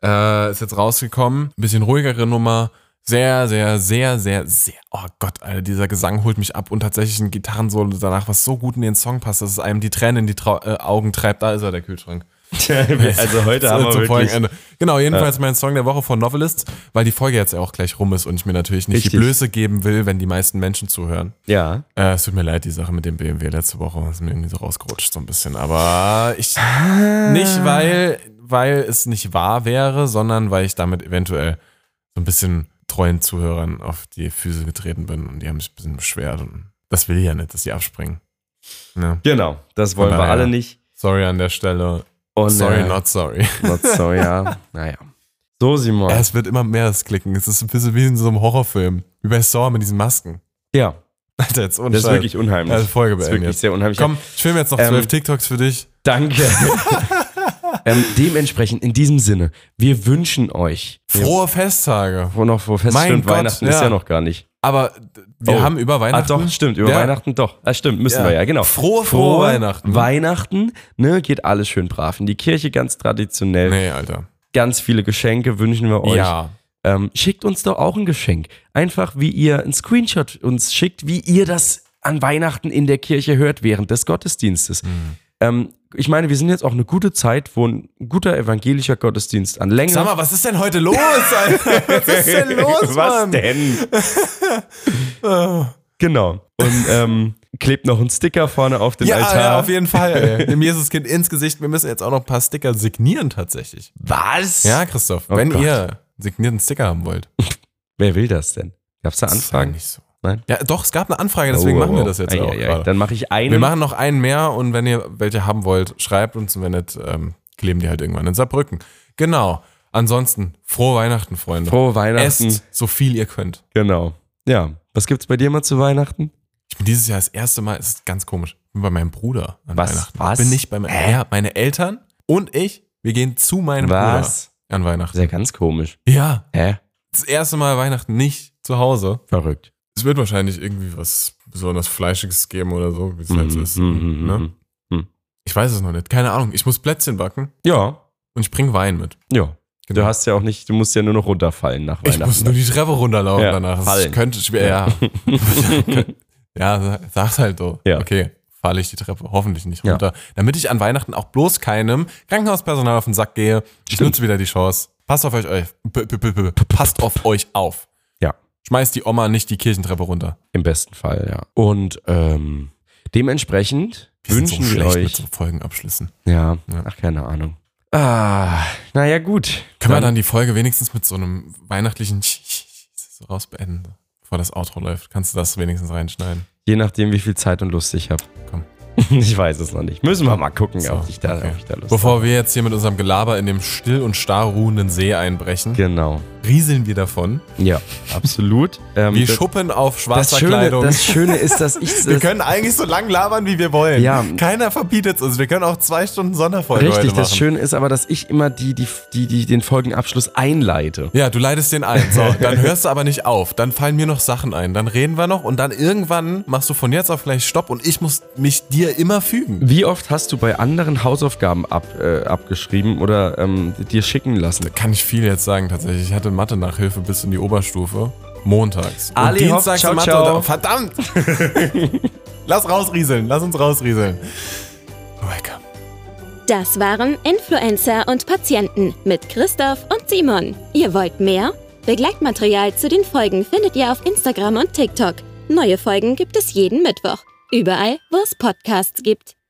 S3: Äh, ist jetzt rausgekommen. Bisschen ruhigere Nummer. Sehr, sehr, sehr, sehr, sehr. Oh Gott, Alter, dieser Gesang holt mich ab und tatsächlich ein Gitarrensolo danach, was so gut in den Song passt, dass es einem die Tränen in die Trau äh, Augen treibt. Da ist er, der Kühlschrank.
S2: also heute
S3: Zu-
S2: haben wir
S3: zum
S2: wirklich...
S3: Folgenende. Genau, jedenfalls mein Song der Woche von Novelists, weil die Folge jetzt ja auch gleich rum ist und ich mir natürlich nicht die
S2: Richtig.
S3: Blöße geben will, wenn die meisten Menschen zuhören.
S2: Ja.
S3: Äh, es tut mir leid, die Sache mit dem BMW letzte Woche ist mir irgendwie so rausgerutscht so ein bisschen, aber ich
S2: Ah.
S3: nicht weil weil es nicht wahr wäre, sondern weil ich damit eventuell so ein bisschen treuen Zuhörern auf die Füße getreten bin und die haben sich ein bisschen beschwert und das will ich ja nicht, dass die abspringen. Ja.
S2: Genau. Das wollen
S3: Aber
S2: wir
S3: ja.
S2: alle nicht.
S3: Sorry an der Stelle.
S2: Und,
S3: Sorry,
S2: äh,
S3: not sorry.
S2: not sorry, ja. Naja. So, Simon.
S3: Ja, es wird immer mehr das Klicken. Es ist ein bisschen wie in so einem Horrorfilm. Wie bei Saw mit diesen Masken.
S2: ja.
S3: Alter, jetzt ohne
S2: Das ist
S3: Scheiß.
S2: wirklich unheimlich.
S3: Also Folge
S2: das ist
S3: beenden
S2: wirklich
S3: jetzt.
S2: sehr unheimlich.
S3: Komm, ich filme jetzt noch
S2: Ähm,
S3: zwölf TikToks für dich.
S2: Danke. ähm, dementsprechend, in diesem Sinne, wir wünschen euch
S3: Frohe Festtage.
S2: Wo noch vor Fest
S3: Mein
S2: stimmt,
S3: Gott,
S2: Weihnachten ist
S3: ja.
S2: ja noch gar nicht.
S3: Aber d- wir
S2: Oh.
S3: haben über
S2: Ah,
S3: Weihnachten.
S2: doch, stimmt, über
S3: Ja.
S2: Weihnachten doch. Ah, stimmt, müssen
S3: Ja.
S2: wir ja, genau.
S3: Frohe, frohe Weihnachten.
S2: Weihnachten, ne, geht alles schön brav in die Kirche, ganz traditionell.
S3: Nee, Alter.
S2: Ganz viele Geschenke wünschen wir euch.
S3: Ja.
S2: Ähm, schickt uns doch auch ein Geschenk. Einfach, wie ihr einen Screenshot uns schickt, wie ihr das an Weihnachten in der Kirche hört während des Gottesdienstes.
S3: Mhm.
S2: Ähm, ich meine, wir sind jetzt auch eine gute Zeit, wo ein guter evangelischer Gottesdienst an Länge.
S3: Sag mal, was ist denn heute los, Alter? Was ist denn
S2: Was
S3: los, Mann? Ah.
S2: denn? genau. Und ähm, klebt noch einen Sticker vorne auf den
S3: Ja,
S2: Altar.
S3: ja, auf jeden Fall. Ey. Dem Jesuskind ins Gesicht. Wir müssen jetzt auch noch ein paar Sticker signieren tatsächlich.
S2: Was?
S3: Ja, Christoph,
S2: Oh
S3: wenn
S2: Gott.
S3: ihr signierten Sticker haben wollt.
S2: Wer will das denn? Gab's da Anfragen? Oh,
S3: nicht so.
S2: Nein?
S3: Ja, doch, es gab eine Anfrage, deswegen machen wir das jetzt auch.
S2: Eieiei.
S3: gerade.
S2: Dann mache ich einen.
S3: Wir machen noch einen mehr und wenn ihr welche haben wollt, schreibt uns und wenn nicht, ähm, kleben die halt irgendwann in Saarbrücken. Genau. Ansonsten, frohe Weihnachten, Freunde.
S2: Frohe Weihnachten.
S3: Esst so viel ihr könnt.
S2: Genau. Ja. Was gibt's bei dir mal zu Weihnachten?
S3: Ich bin dieses Jahr das erste Mal, es ist ganz komisch, ich bin bei meinem Bruder an
S2: Was?
S3: Weihnachten.
S2: Was?
S3: Ich bin nicht bei meinem, ja, meine Eltern und ich, wir gehen zu meinem
S2: Was?
S3: Bruder an
S2: Das
S3: Weihnachten.
S2: ist ja ganz komisch.
S3: Ja,
S2: Hä?
S3: das erste Mal Weihnachten nicht zu Hause.
S2: Verrückt.
S3: Es wird wahrscheinlich irgendwie was besonders Fleischiges geben oder so, wie es halt so
S2: Mhm,
S3: ist.
S2: mhm,
S3: ne?
S2: mhm.
S3: Ich weiß es noch nicht. Keine Ahnung. Ich muss Plätzchen backen
S2: Ja.
S3: und ich bringe Wein mit.
S2: Ja.
S3: Genau.
S2: Du hast ja auch nicht, du musst ja nur noch runterfallen nach
S3: Ich
S2: Weihnachten.
S3: muss nur die Treppe runterlaufen
S2: Ja,
S3: danach. Das
S2: fallen.
S3: könnte schwer. Ja, ja sag's halt so.
S2: Ja.
S3: Okay, falle ich die Treppe hoffentlich nicht
S2: Ja.
S3: runter. Damit ich an Weihnachten auch bloß keinem Krankenhauspersonal auf den Sack gehe. Ich nutze wieder die Chance. Passt auf euch auf. P- p- p- p- Passt auf euch auf.
S2: Ja.
S3: Schmeißt die Oma nicht die Kirchentreppe runter.
S2: Im besten Fall, ja. Und ähm, dementsprechend wünschen wir
S3: mit
S2: euch.
S3: so Folgenabschlüssen.
S2: ja.
S3: Ja.
S2: Ach, keine Ahnung. Ah, naja, gut.
S3: Können wir
S2: Dann-
S3: dann die Folge wenigstens mit so einem weihnachtlichen so rausbeenden, bevor das Outro läuft? Kannst du das wenigstens reinschneiden?
S2: Je nachdem, wie viel Zeit und Lust ich habe.
S3: Komm.
S2: Ich weiß es noch nicht. Müssen wir mal gucken,
S3: So,
S2: ob, ich da,
S3: okay.
S2: ob ich da Lust habe.
S3: Bevor wir jetzt hier mit unserem Gelaber in dem still und starr ruhenden See einbrechen,
S2: Genau.
S3: rieseln wir davon.
S2: Ja, absolut. Ähm,
S3: Wir
S2: das-
S3: schuppen auf
S2: das
S3: schwarzer
S2: Schöne,
S3: Kleidung.
S2: das Schöne ist, dass ich
S3: wir
S2: das,
S3: können eigentlich so lang labern, wie wir wollen.
S2: Ja.
S3: Keiner verbietet es uns. Wir können auch zwei Stunden Sonderfolge heute
S2: richtig.
S3: machen.
S2: Das Schöne ist aber, dass ich immer die, die, die, die den Folgenabschluss einleite.
S3: Ja, du leitest den ein. So, dann hörst du aber nicht auf. Dann fallen mir noch Sachen ein. Dann reden wir noch und dann irgendwann machst du von jetzt auf gleich Stopp und ich muss mich dir immer fügen.
S2: Wie oft hast du bei anderen Hausaufgaben ab, äh, abgeschrieben oder ähm, dir schicken lassen?
S3: Kann ich viel jetzt sagen tatsächlich. Ich hatte Mathe-Nachhilfe bis in die Oberstufe. Montags. Und
S2: Ali Hoff, ciao, ciao.
S3: Verdammt! lass rausrieseln. Lass uns rausrieseln. Oh Welcome.
S4: Das waren Influencer und Patienten mit Christoph und Simon. Ihr wollt mehr? Begleitmaterial zu den Folgen findet ihr auf Instagram und TikTok. Neue Folgen gibt es jeden Mittwoch. Überall, wo es Podcasts gibt.